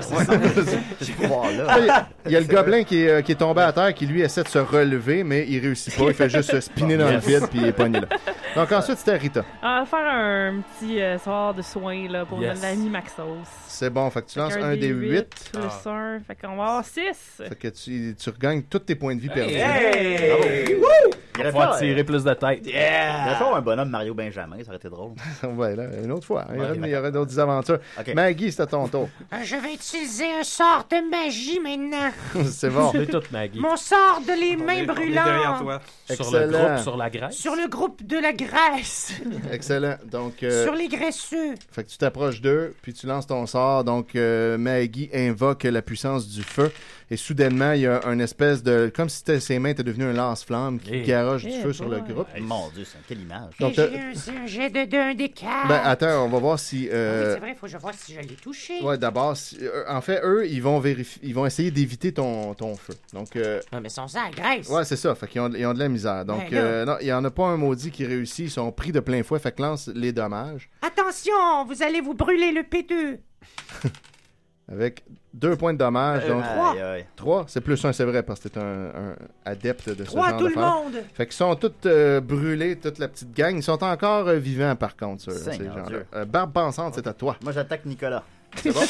Là, Ah, Il y a- il y a le gobelin qui est, euh, qui est tombé à terre, qui lui essaie de se relever, mais il réussit pas. Il fait juste se spinner dans le Yes. vide, puis il est pogné là. Donc ensuite, c'était Rita. On va faire un petit euh, sort de soin là, pour Yes. notre ami Maxos. C'est bon, fait que tu lances Fait un qu'un des D8 huit. Plus Ah. un, fait qu'on va avoir 6. Fait que tu, tu regagnes tous tes points de vie perdus. Hey! Bravo. Il va falloir tirer plus de tête. Yeah! Il va falloir un bonhomme Mario Benjamin, ça aurait été drôle. ouais, là, une autre fois. hein. Il y Ouais, aurait, d'accord. il y aurait d'autres aventures. Ok. Maggie, c'est à ton tour. Euh, je vais utiliser un sort de magie maintenant. c'est bon. C'est tout, Maggie. Mon sort de les mains est- on est brûlantes. derrière toi. Sur le Excellent. groupe, sur la Grèce. Sur le groupe de la Grèce. Excellent. Donc, euh, Sur les graisseux. fait que tu t'approches d'eux, puis tu lances ton sort. Donc, euh, Maggie invoque la puissance du feu. Et soudainement, il y a une espèce de. Comme si t'étais- ses mains étaient devenues un lance-flamme qui, Eh. Hey. qui arroche du Hey feu sur le boy. groupe. Mon Dieu, c'est quelle image. Eh Et Donc, j'ai euh, un, c'est un jet de d'un des quatre. ben, attends, on va voir si. Ah. Oui, euh, c'est vrai, faut que je vois si je l'ai touché. Ouais, d'abord, si- euh, en fait, eux, ils vont vérifier, ils vont essayer d'éviter ton, ton feu. Donc, euh, Ah, mais sans ça, à Grèce. ouais, c'est ça. Fait qu'ils ont, ils ont de la misère. Donc, Ben là. euh, non, il y en a pas un maudit qui réussit. Ils sont pris de plein fouet. Fait que lance les dommages Attention, vous allez vous brûler le P2. avec deux points de dommages. Euh, Donc, trois. Aïe, trois. C'est plus un, c'est vrai, parce que t'es un, un adepte de ce Trois, genre tout le d'affaires. monde. Fait qu'ils sont tous euh, brûlés, toute la petite gang. Ils sont encore euh, vivants, par contre, ceux- ces Seigneur gens-là. Dieu. Euh, Barbe pensante, c'est à toi. Moi, j'attaque Nicolas. C'est bon?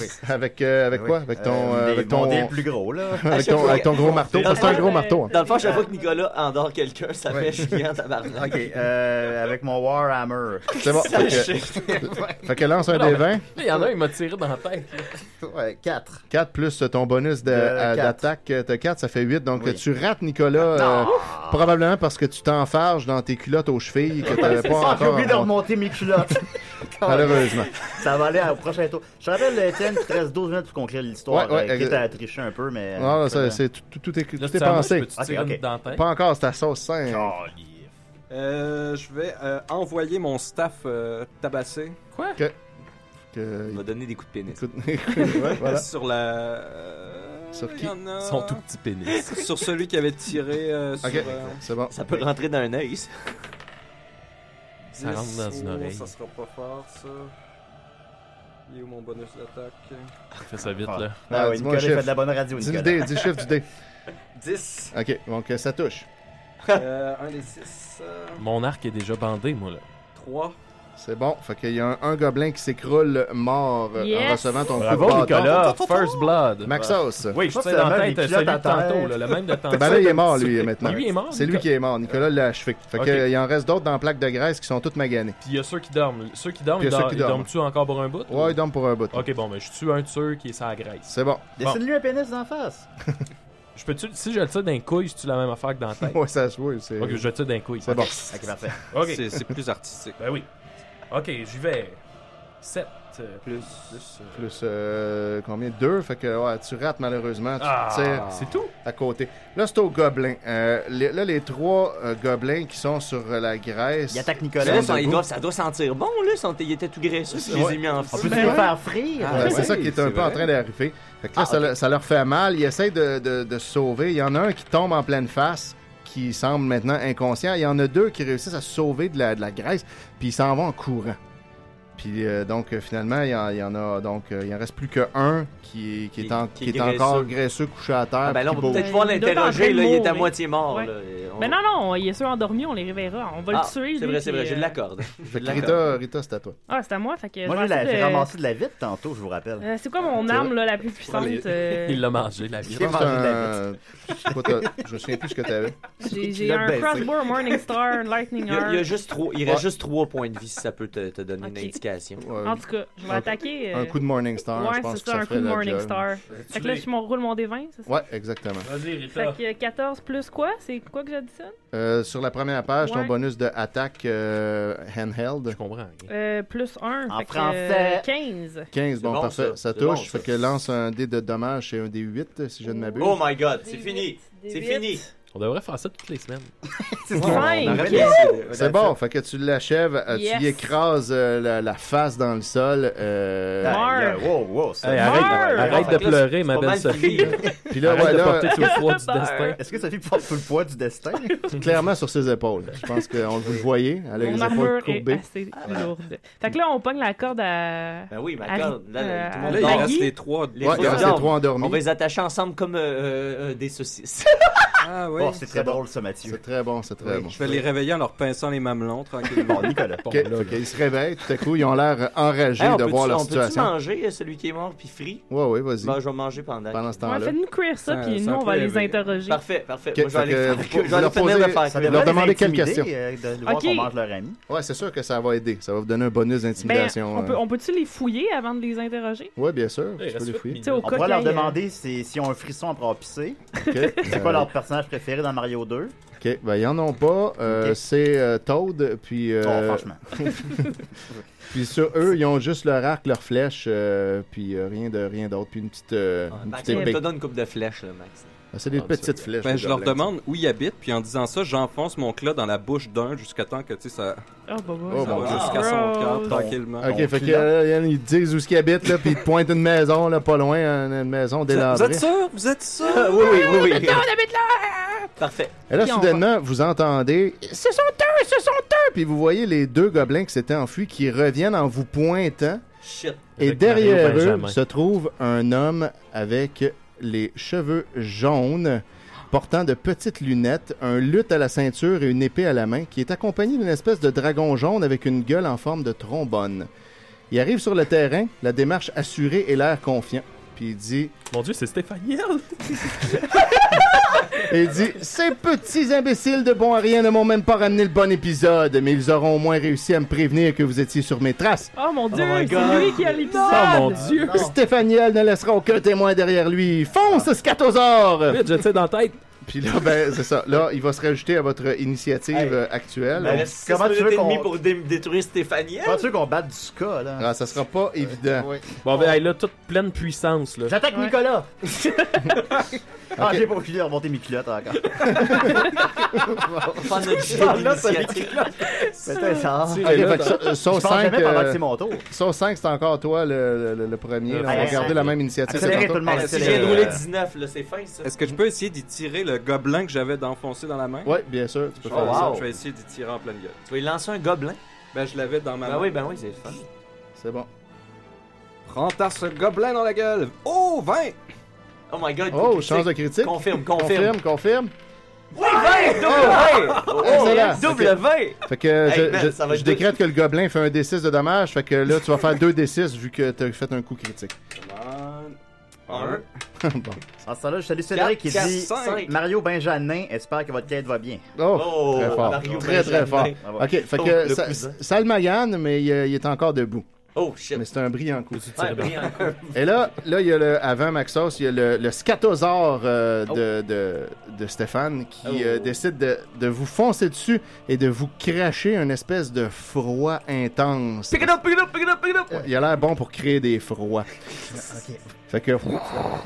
oui. Avec, euh, avec quoi? Avec ton. Euh, euh, des- avec ton... mon dé le plus gros, là. avec, ton, avec ton gros marteau. Parce que c'est un gros marteau. hein. Dans le fond, chaque fois que Nicolas endort quelqu'un, ça fait chiant tabarnak. Ok, euh, avec mon Warhammer. C'est bon. Ça Fait chie. que, fait que lance un Non, des mais- 20. Il y en a un, il m'a tiré dans la tête. Ouais, 4. 4 plus ton bonus de- Euh, à- quatre. d'attaque, euh, t'as 4, ça fait 8. Donc Oui. tu rates Nicolas, euh, Ah, Non. probablement parce que tu t'enfarges dans tes culottes aux chevilles que t'avais Ouais, c'est pas ça, J'ai encore. oublié de remontées. remonter mes culottes. Malheureusement. Ça va aller au prochain tour. Je te rappelle, Étienne, qu'il te reste 12 minutes pour conclure l'histoire. Ouais, ouais, euh, quitte exa- à tricher un peu, mais. euh, Non, non, ça, c'est tout, tout, tout est, tout est ça, moi, pensé. je peux-tu tirer Ok, une ok. dans la tête? Pas encore, c'est ta sauce 5. Euh, je vais euh, envoyer mon staff euh, tabasser. Quoi? Que... Il m'a donné des coups de pénis. Ouais, voilà. Sur la. euh, Sur il qui? y en a- Son tout petit pénis. sur celui qui avait tiré. euh, sur, Ok, euh, c'est bon. Ça peut rentrer dans un œil. ça. Ça rentre dans une Oh, oreille. Ça sera pas fort, ça. Il est où mon bonus d'attaque Fais ça vite, là. Ah oui, Nicolas, dis-moi un il chiffre. fait de la bonne radio, Dis le Nicolas. dé, dis le chiffre du dé. 10. Ok, donc euh, ça touche. euh, Un des 6. Mon arc est déjà bandé, moi, là. 3. C'est bon. Fait qu'il y a un, un gobelin qui s'écroule mort euh, Yes. en recevant ton Bravo, coup de bâton. Nicolas. First blood. Maxos. Oui, je tire dans la tête euh, celui de tantôt, là, le même de tantôt. Ben là, il est mort, lui, maintenant. Lui, il est mort, C'est lui Nicolas. qui est mort. Nicolas l'a achevé. Fait Ok. qu'il en reste d'autres dans la plaque de graisse qui sont toutes maganées. Puis il y a ceux qui dorment. Ceux qui dorment, Puis ils il y a ceux dorment- qui ils dorment. dorment-tu encore pour un bout? Ouais, il dorme pour un bout. Ok, bon, ben je tue un de ceux qui est sans graisse. C'est bon. Dessine-lui un pénis d'en face. Je peux-tu, si je le tire d'un couille, c'est-tu la même affaire que dans la tête? Ouais, ça se voit. c'est- Ok, je le tire d'un couille. C'est bon. Ok, parfait. C'est- c'est plus artistique. Ben oui. Ok, j'y vais. 7 plus. Plus euh, combien Deux. Fait que ouais, tu rates malheureusement. Tu Ah, tires c'est tout? À côté. Là, c'est aux gobelins. Euh, les- là, les trois euh, gobelins qui sont sur euh, la graisse. Il attaque Ils Nicolas. sont Ça, il debout. doit, ça doit sentir bon, là. Sont, il était tout graisseux, puis je les ai mis en feu. Ah, Ah, ben, ouais. c'est ça qui est un peu en train d'arriver. Fait que là, Ah, ça, ok. le- ça leur fait mal. Ils essayent de, de- de se sauver. Il y en a un qui tombe en pleine face, qui semble maintenant inconscient. Il y en a deux qui réussissent à se sauver de la, de la graisse, puis ils s'en vont en courant. Puis euh, donc euh, finalement, il y en, il y en a donc euh, il en reste plus qu'un qui, qui est, en- qui qui est est encore graisseux. graisseux couché à terre. Ah, ben là, on puis va beau. peut-être pouvoir Il doit être en train l'interroger, de là. Il est à mourir. moitié mort, Ouais. là. et on- Mais non, non, il est sûr endormi, on les réveillera. On va Ah, le tuer. C'est lui, vrai, c'est puis, vrai, je euh, l'accorde. Je Fait que l'accorde. Rita, Rita, c'est à toi. Ah, c'est à moi, fait que. Moi, je j'ai vais la- essayer j'ai de- ramassé de la vite tantôt, je vous rappelle. Euh, c'est quoi mon arme là, la plus puissante euh, Il l'a mangé, la vie. Je pense que c'est un- je sais pas, t'as- je me souviens plus ce que t'avais. J'ai Il j'ai l'a un baissé. crossbow, Morningstar, Lightning Il, y a, il y a Arm. juste trois, il Ouais. reste juste trois points de vie si ça peut te, te donner une indication. En tout cas, je vais Un- attaquer. euh, Un coup de Morningstar, je Ouais, pense c'est que ça ça, un coup ferait de la job. Ben, Morningstar. Fait que là, je m'en roule mon D20, c'est ça? Ouais, exactement. Vas-y, Fait que euh, 14 plus quoi? C'est quoi que j'additionne? Euh, sur la première page, ton Ouais. bonus de attaque euh, handheld. Je comprends. Euh, plus 1. En fait que, français. euh, 15. 15, bon, bon, parfait, ça, ça. C'est touche. bon, fait que lance un dé de dommage et un dé 8, si je ne m'abuse. Oh my god, c'est fini. C'est fini. On devrait faire ça toutes les semaines. C'est Ouais, on Cinq. arrête Yes. de- Yes. C'est bon, fait que tu l'achèves, euh, Yes. tu y écrases euh, la, la face dans le sol. euh, Marre. euh, wow, wow, ça- Hey, arrête, arrête de pleurer, ma belle Sophie. Puis là, arrête voilà. de porter tout le poids du destin. Est-ce que Sophie porte sous le poids du destin? Clairement sur ses épaules. Je pense que on- vous le voyez, elle a Mon les épaules armure est courbées. assez lourde. Fait que là, on pogne la corde à. Ben oui, ma à- corde, là, euh, tout à le monde Maggie. dort. Il reste les trois. Les Ouais, il reste les dorment. trois endormis. On va les attacher ensemble comme euh, euh, euh, des saucisses. Ah oui. Oh, c'est très drôle, ça, Mathieu. C'est très bon, c'est très bon. Je vais les réveiller en leur pinçant les mamelons tranquillement. Nicolas. Ok, fait qu'ils se réveillent, tout à coup, ils ont l'air enragés Hey, on de peut-tu- voir leur on peut-tu situation. manger euh, celui qui est mort puis frit? Ouais, ouais, vas-y. Ben, je vais manger pendant. Pendant ce Ouais, temps-là. Faites-nous cuire ça, Ça- puis ça nous, on va peut les lever. interroger. Parfait, parfait. Ok, Moi, je vais fait aller que faire- vous- je vais vous aller leur finir de posez- faire ça cuire. devrait leur demander quelles intimider, questions. euh, de voir Ok. qu'on mange leur ami. euh. Ouais, c'est sûr que ça va aider. Ça va vous donner un bonus Ben, d'intimidation. on euh. peut- on peut-tu les fouiller avant de les interroger? Ouais, bien sûr. Hey, tu peux reste les huit fouiller. Tu sais, au On cas pourrait leur qu'il y ait, euh, demander si- s'ils ont un frisson après avoir pissé. Ok, C'est euh, quoi leur personnage préféré dans Mario 2? Ok, ben, ils en ont pas. Euh, Ok. C'est euh, Toad, puis. euh, Oh, franchement. puis sur eux, ils ont juste leur arc, leur flèche, euh, puis euh, rien de rien d'autre, puis une petite, euh, Ah, une Max, petite on épée. te donne une coupe de flèches, là, Max. Ah, c'est des petites flèches. Ben, les je leur gobelins, demande où ils habitent, puis en disant ça, j'enfonce mon clat dans la bouche d'un jusqu'à temps que tu sais, ça, Oh, bah, bah. Oh, ça mon va Ah, Dieu. jusqu'à son cœur Gross. tranquillement. t'sais. Ok, Mon fait que, clan. euh, Yann, ils disent où ce qu'ils habitent, là, puis ils te pointent une maison, là, pas loin, une une maison Vous délabrée. êtes sûr? Vous êtes sûr? Ah, oui, oui, oui, oui. On habite là! Parfait. Et là, Puis on soudainement, vous entendez Ce sont eux, ce sont eux Puis vous voyez les deux gobelins qui s'étaient enfuis qui reviennent en vous pointant. Shit. Et Avec derrière Mario eux Benjamin. se trouve un homme avec les cheveux jaunes, portant de petites lunettes, un luth à la ceinture et une épée à la main, qui est accompagné d'une espèce de dragon jaune avec une gueule en forme de trombone. Il arrive sur le terrain, la démarche assurée et l'air confiant. Puis il dit Mon dieu, c'est Stéphane Hill. Oh Et il dit Ces petits imbéciles de bon à rien ne m'ont même pas ramené le bon épisode, mais ils auront au moins réussi à me prévenir que vous étiez sur mes traces. Oh mon dieu, my c'est God. lui qui a l'épisode! Oh Ah, mon dieu. Stéphaniel ne laissera aucun témoin derrière lui. Fonce, scatosaure Ah. Vite, je le tire dans la tête. Puis là, ben, c'est ça. Là, il va se rajouter à votre initiative Hey. euh, actuelle. Ben, Donc, six comment tu veux minutes et qu'on- demie pour dé- détruire Stéphanie. Comment tu veux qu'on batte du ska, là? ah, ça sera pas évident. Ouais. Bon, ben, elle a toute pleine puissance, là. J'attaque Ouais. Nicolas! Ah, Ok. j'ai pas fini de remonter mes culottes encore. On va faire notre jet Ah, là, ça d'initiative. C'était ça. Ah, Ok, Je Tirez-le fait dans- que so- euh, Saut pense 5, jamais pendant que euh, c'est mon tour. saut 5, c'est encore toi le, le- le premier. là. Ah, Ouais, On va ouais, garder ouais. la même initiative. Accélérez c'est tout le encore monde, toi. Si accélérez. j'ai roulé 19, là, c'est fin, ça. Est-ce que je peux essayer d'y tirer le gobelin que j'avais d'enfoncé dans la main? Ouais, bien sûr, tu peux Je vais faire faire ça. ça, Oh, wow. Je vais essayer d'y tirer en pleine gueule. Tu vas y lancer un gobelin? Ben, je l'avais dans ma Ben main. oui, ben oui, c'est fun. C'est bon. Prends ta ce gobelin dans la gueule. Oh, 20! Oh my god. Oh, critique. chance de critique. Confirme, confirme. Confirme, confirme. Oui, 20! Double 20! Oh, Excellent. double Ok. 20! Fait que Hey, je, man, je- ça va être je dur. décrète que le gobelin fait un D6 de dommage. Fait que là, tu vas faire 2 D6 vu que t'as fait un coup critique. Un. bon. En ce temps-là, je salue Cédric Quatre, qui quatre, dit cinq. Mario Benjamin, espère que votre quête va bien. Ah, Oh, très fort. très, très fort. Ok, fait que ça, ça le magane, mais il, euh, il est encore debout. Oh shit. Mais c'est un brillant coup. Ouais, brillant coup. Et là, là, il y a le, avant Maxos, il y a le, le scatosaure euh, Oh. de, de, de Stéphane qui euh, décide de, de vous foncer dessus et de vous cracher une espèce de froid intense. Pick it up, pick it up, pick it up, pick it up! Euh, Il a l'air bon pour créer des froids. Fait que,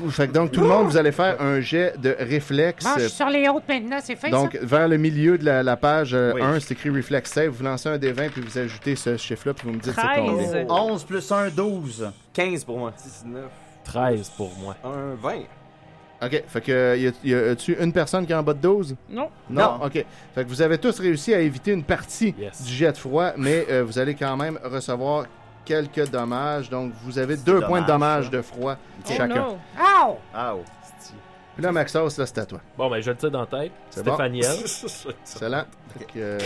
fait que donc tout le monde, vous allez faire un jet de réflexe. Mange sur les hautes maintenant, c'est fait Donc, ça? vers le milieu de la, la page euh, Oui. 1, c'est écrit Reflex Save. Vous lancez un des 20 puis vous ajoutez ce chiffre-là, puis vous me dites c'est combien. 11 plus 1, 12. 15 pour moi. 19. 13 pour moi. Un 20. OK. Fait que, y a- y a- tu une personne qui est en bas de 12? Non. Non, Non. OK. Fait que vous avez tous réussi à éviter une partie du jet de froid, mais euh, vous allez quand même recevoir quelques dommages. Donc, vous avez deux points de dommage, dommages de froid Oh chacun. no. Ow! Puis là, Maxos, là, c'est à toi. Bon, ben, je le tire dans la tête. C'est bon. Stéphaniel. Excellent. Fait que, euh,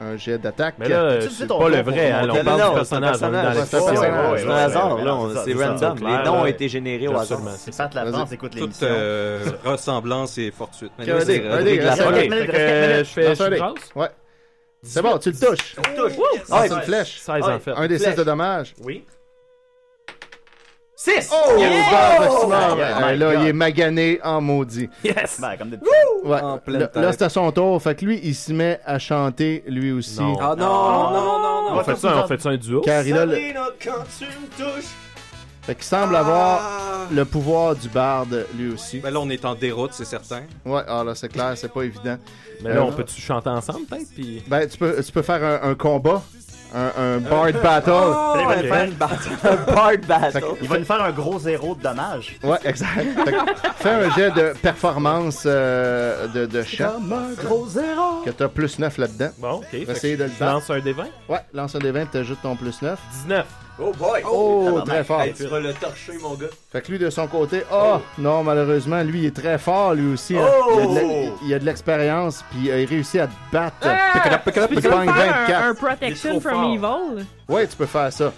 un jet d'attaque. Mais là, Tu- tu c'est ton pas nom le pour vrai, ton hein, nom. là, on Non, parle non, du c'est un personnage, on est dans personnage, la c'est un fiction. personnage, Ouais, c'est ouais, un ouais, hasard, ouais, là, ouais, on- ça, c'est ça, random. ça, Les clair, noms là. étaient générés au C'est hasard. sûrement, c'est C'est pas de la Vas-y. France, écoute Toute l'émission. euh, ressemblance et fortuite. Ok, un dé, un dé, reste quatre minutes, reste quatre euh, minutes. Lance un dé. Ouais. C'est bon, tu le touches. touches. Wouh! Yes. Ah, c'est une Ouais. flèche. 16 en fait. Un des 6 Flèche. de dommages. Oui. 6! Oh! Oh! Euh, là, il est magané en maudit. Yes! Ben, comme d'habitude. Ouais. En pleine Là, tête. là, c'est à son tour. Fait que lui, il se met à chanter lui aussi. Non. Ah, non, non, non, non. On fait ça, on fait ça un duo. Car il a le- Sabrina, quand tu me touches. Fait qu'il semble avoir le pouvoir du barde lui aussi. Ben là, on est en déroute, c'est certain. Ouais, ah là, c'est clair, c'est pas évident. Mais là, Euh, on peut-tu chanter ensemble, peut-être? Puis... Ben, tu peux, tu peux faire un, un combat, un, un bard battle. Oh, Il va nous faire une un bard battle. Il va nous faire un gros zéro de dommage. Ouais, exact. Fait que fais un jet de performance euh, de, de chant. un gros zéro. Que t'as plus 9 là-dedans. Bon, ok. Fait que Essayer de le je battre. lance un des 20? Ouais, lance un des 20 t'ajoutes ton plus 9. 19. Euh, Oh boy! Oh, tabarnak. très fort. Hey, tu vas le torcher, mon gars. Fait que lui, de son côté, oh, non, malheureusement, lui, il est très fort, lui aussi. hein. Oh! Il a de la- Il a de l'expérience, puis euh, il réussit à te battre. euh, Ah! Pick it up, pick it up, Peux-tu il gagne me faire un, 24. un Il est trop Protection fort. from Evil? Ouais, tu peux faire ça.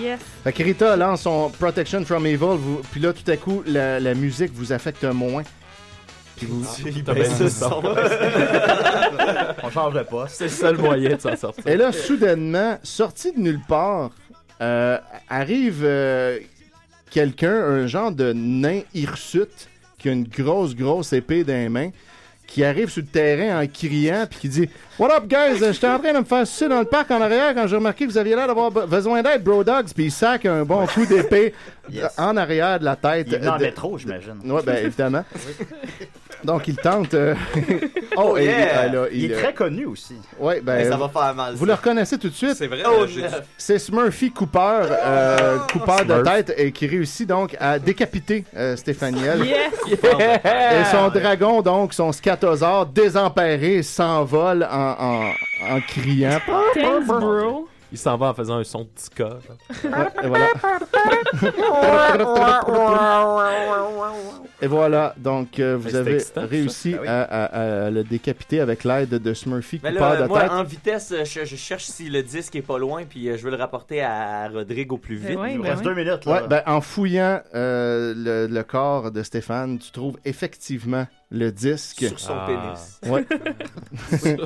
Yes. Fait que Rita lance son Protection from Evil, vous- puis là, tout à coup, la, la musique vous affecte moins. Puis vous. t'as bien dit ça. On change de poste. C'est le seul moyen de s'en sortir. Et là, soudainement, sorti de nulle part, euh, arrive euh, quelqu'un, un genre de nain hirsute, qui a une grosse, grosse épée dans les mains, qui arrive sur le terrain en criant, puis qui dit What up, guys? Euh, J'étais en train de me faire sucer dans le parc en arrière quand j'ai remarqué que vous aviez l'air d'avoir be- besoin d'aide, bro dogs, puis il sac un bon coup d'épée en arrière de la tête. Il est venu en de- métro, j'imagine. Ouais, ben évidemment. Donc, il tente. euh, oh, et- yeah! et là, Il est euh, très connu aussi. Ouais, ben, Mais ça va faire mal, Vous ça. le reconnaissez tout de suite. C'est vrai. euh, Oh, j'ai- neuf. C'est Smurfy Cooper, euh, Cooper de Oh! Smurf. tête, et qui réussit donc à décapiter euh, Stéphaniel. Yes! Et son dragon, donc, son scatosaure, désemparé, s'envole en, en- en criant. Thanks, bro. Il s'en va en faisant un son de petit corps. Ouais, et voilà. Et voilà, donc euh, vous Mais c'est avez excitant, ça. réussi Ah oui. à, à- à le décapiter avec l'aide de Smurfy Mais Cooper Ben là, de moi, tête. en vitesse, euh, je, je cherche si le disque est pas loin, puis euh, je veux le rapporter à Rodrigue au plus Eh vite. ouais, Il nous ben reste ouais. deux minutes, là. Ouais, ben, en fouillant euh, le, le corps de Stéphane, tu trouves effectivement le disque. Sur son Ah. pénis. Ouais.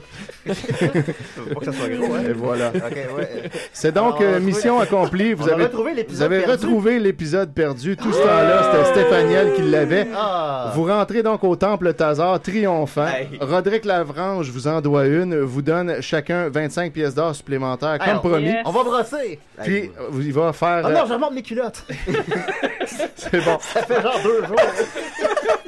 Faut pas que ça soit gros, hein. Et voilà. Ok, ouais. C'est donc On a euh, retrouvé- mission accomplie. Vous On a avez, retrouvé l'épisode vous avez perdu. retrouvé l'épisode perdu. Tout ce temps-là, c'était Stéphaniel qui l'avait. Ah. Vous rentrez donc au temple Tazar triomphant. Roderick Lavrange vous en doit une, vous donne chacun 25 pièces d'or supplémentaires Hey, comme on- promis. On va brosser. Puis euh, il va faire Ah non, euh, je remonte mes culottes. C'est bon. Ça fait genre deux jours.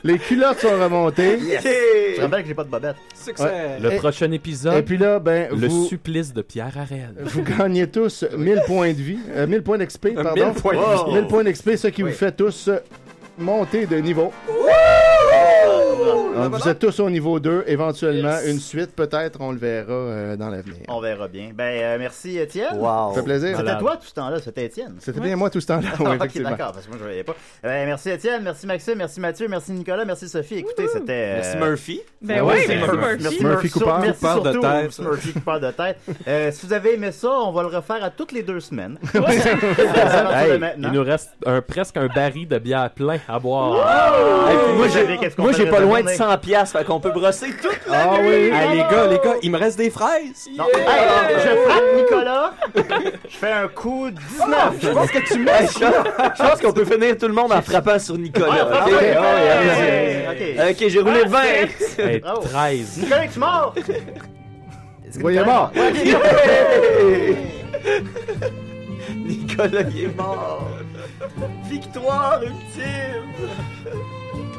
les culottes sont remontées. Je rappelle que j'ai pas de bobette. Succès. Le Et- prochain épisode. et puis là, ben, Le vous- supplice de Pierre Arel. Vous gagnez tous 1000 points de vie, euh, 1000 points d'XP, pardon. 1000 points de vie. 1000 points d'XP, ce qui vous fait tous euh, monter de niveau. Oh, Donc, vous êtes tous au niveau 2, éventuellement une suite, peut-être, on le verra euh, dans l'avenir. On verra bien. Ben, euh, merci, Étienne. Wow. Ça fait plaisir. C'était Malade. toi tout ce temps-là, c'était Étienne. C'était bien moi tout ce temps-là, oui, Ah, ok, effectivement. d'accord, parce que moi, je ne voyais pas. Ben, merci, Étienne. Merci, Maxime. Merci, Mathieu. Merci, Nicolas. Merci, Sophie. Écoutez, c'était. euh, Merci, Murphy. Ben oui, Ah c'est merci, Murphy. Murphy sur- Cooper, merci Cooper de surtout, tête. merci, Murphy Cooper de tête. Euh, si vous avez aimé ça, on va le refaire à toutes les deux semaines. Hey, hey, il nous reste un- presque un baril de bière plein à boire. Wow! Hey, puis moi, Vous savez j'ai, qu'est-ce qu'on moi, fait j'ai le pas reste de loin de journée? 100 piastres, fait qu'on peut brosser toute la Ah nuit. oui! Hey, les gars, les gars, il me reste des fraises! Hey, je frappe Nicolas. Je fais un coup 19. Ah Je pense que tu me je, pense- je pense qu'on peut finir tout le monde en frappant sur Nicolas. Ah, ok? ouais, Ah, ouais, ouais, allez-y. ouais. Ok, j'ai roulé Ah, 20. c'est- Hey, Bravo. 13. Nicolas, tu mords. Oui, il est mort. Nicolas, il est mort. Victoire ultime.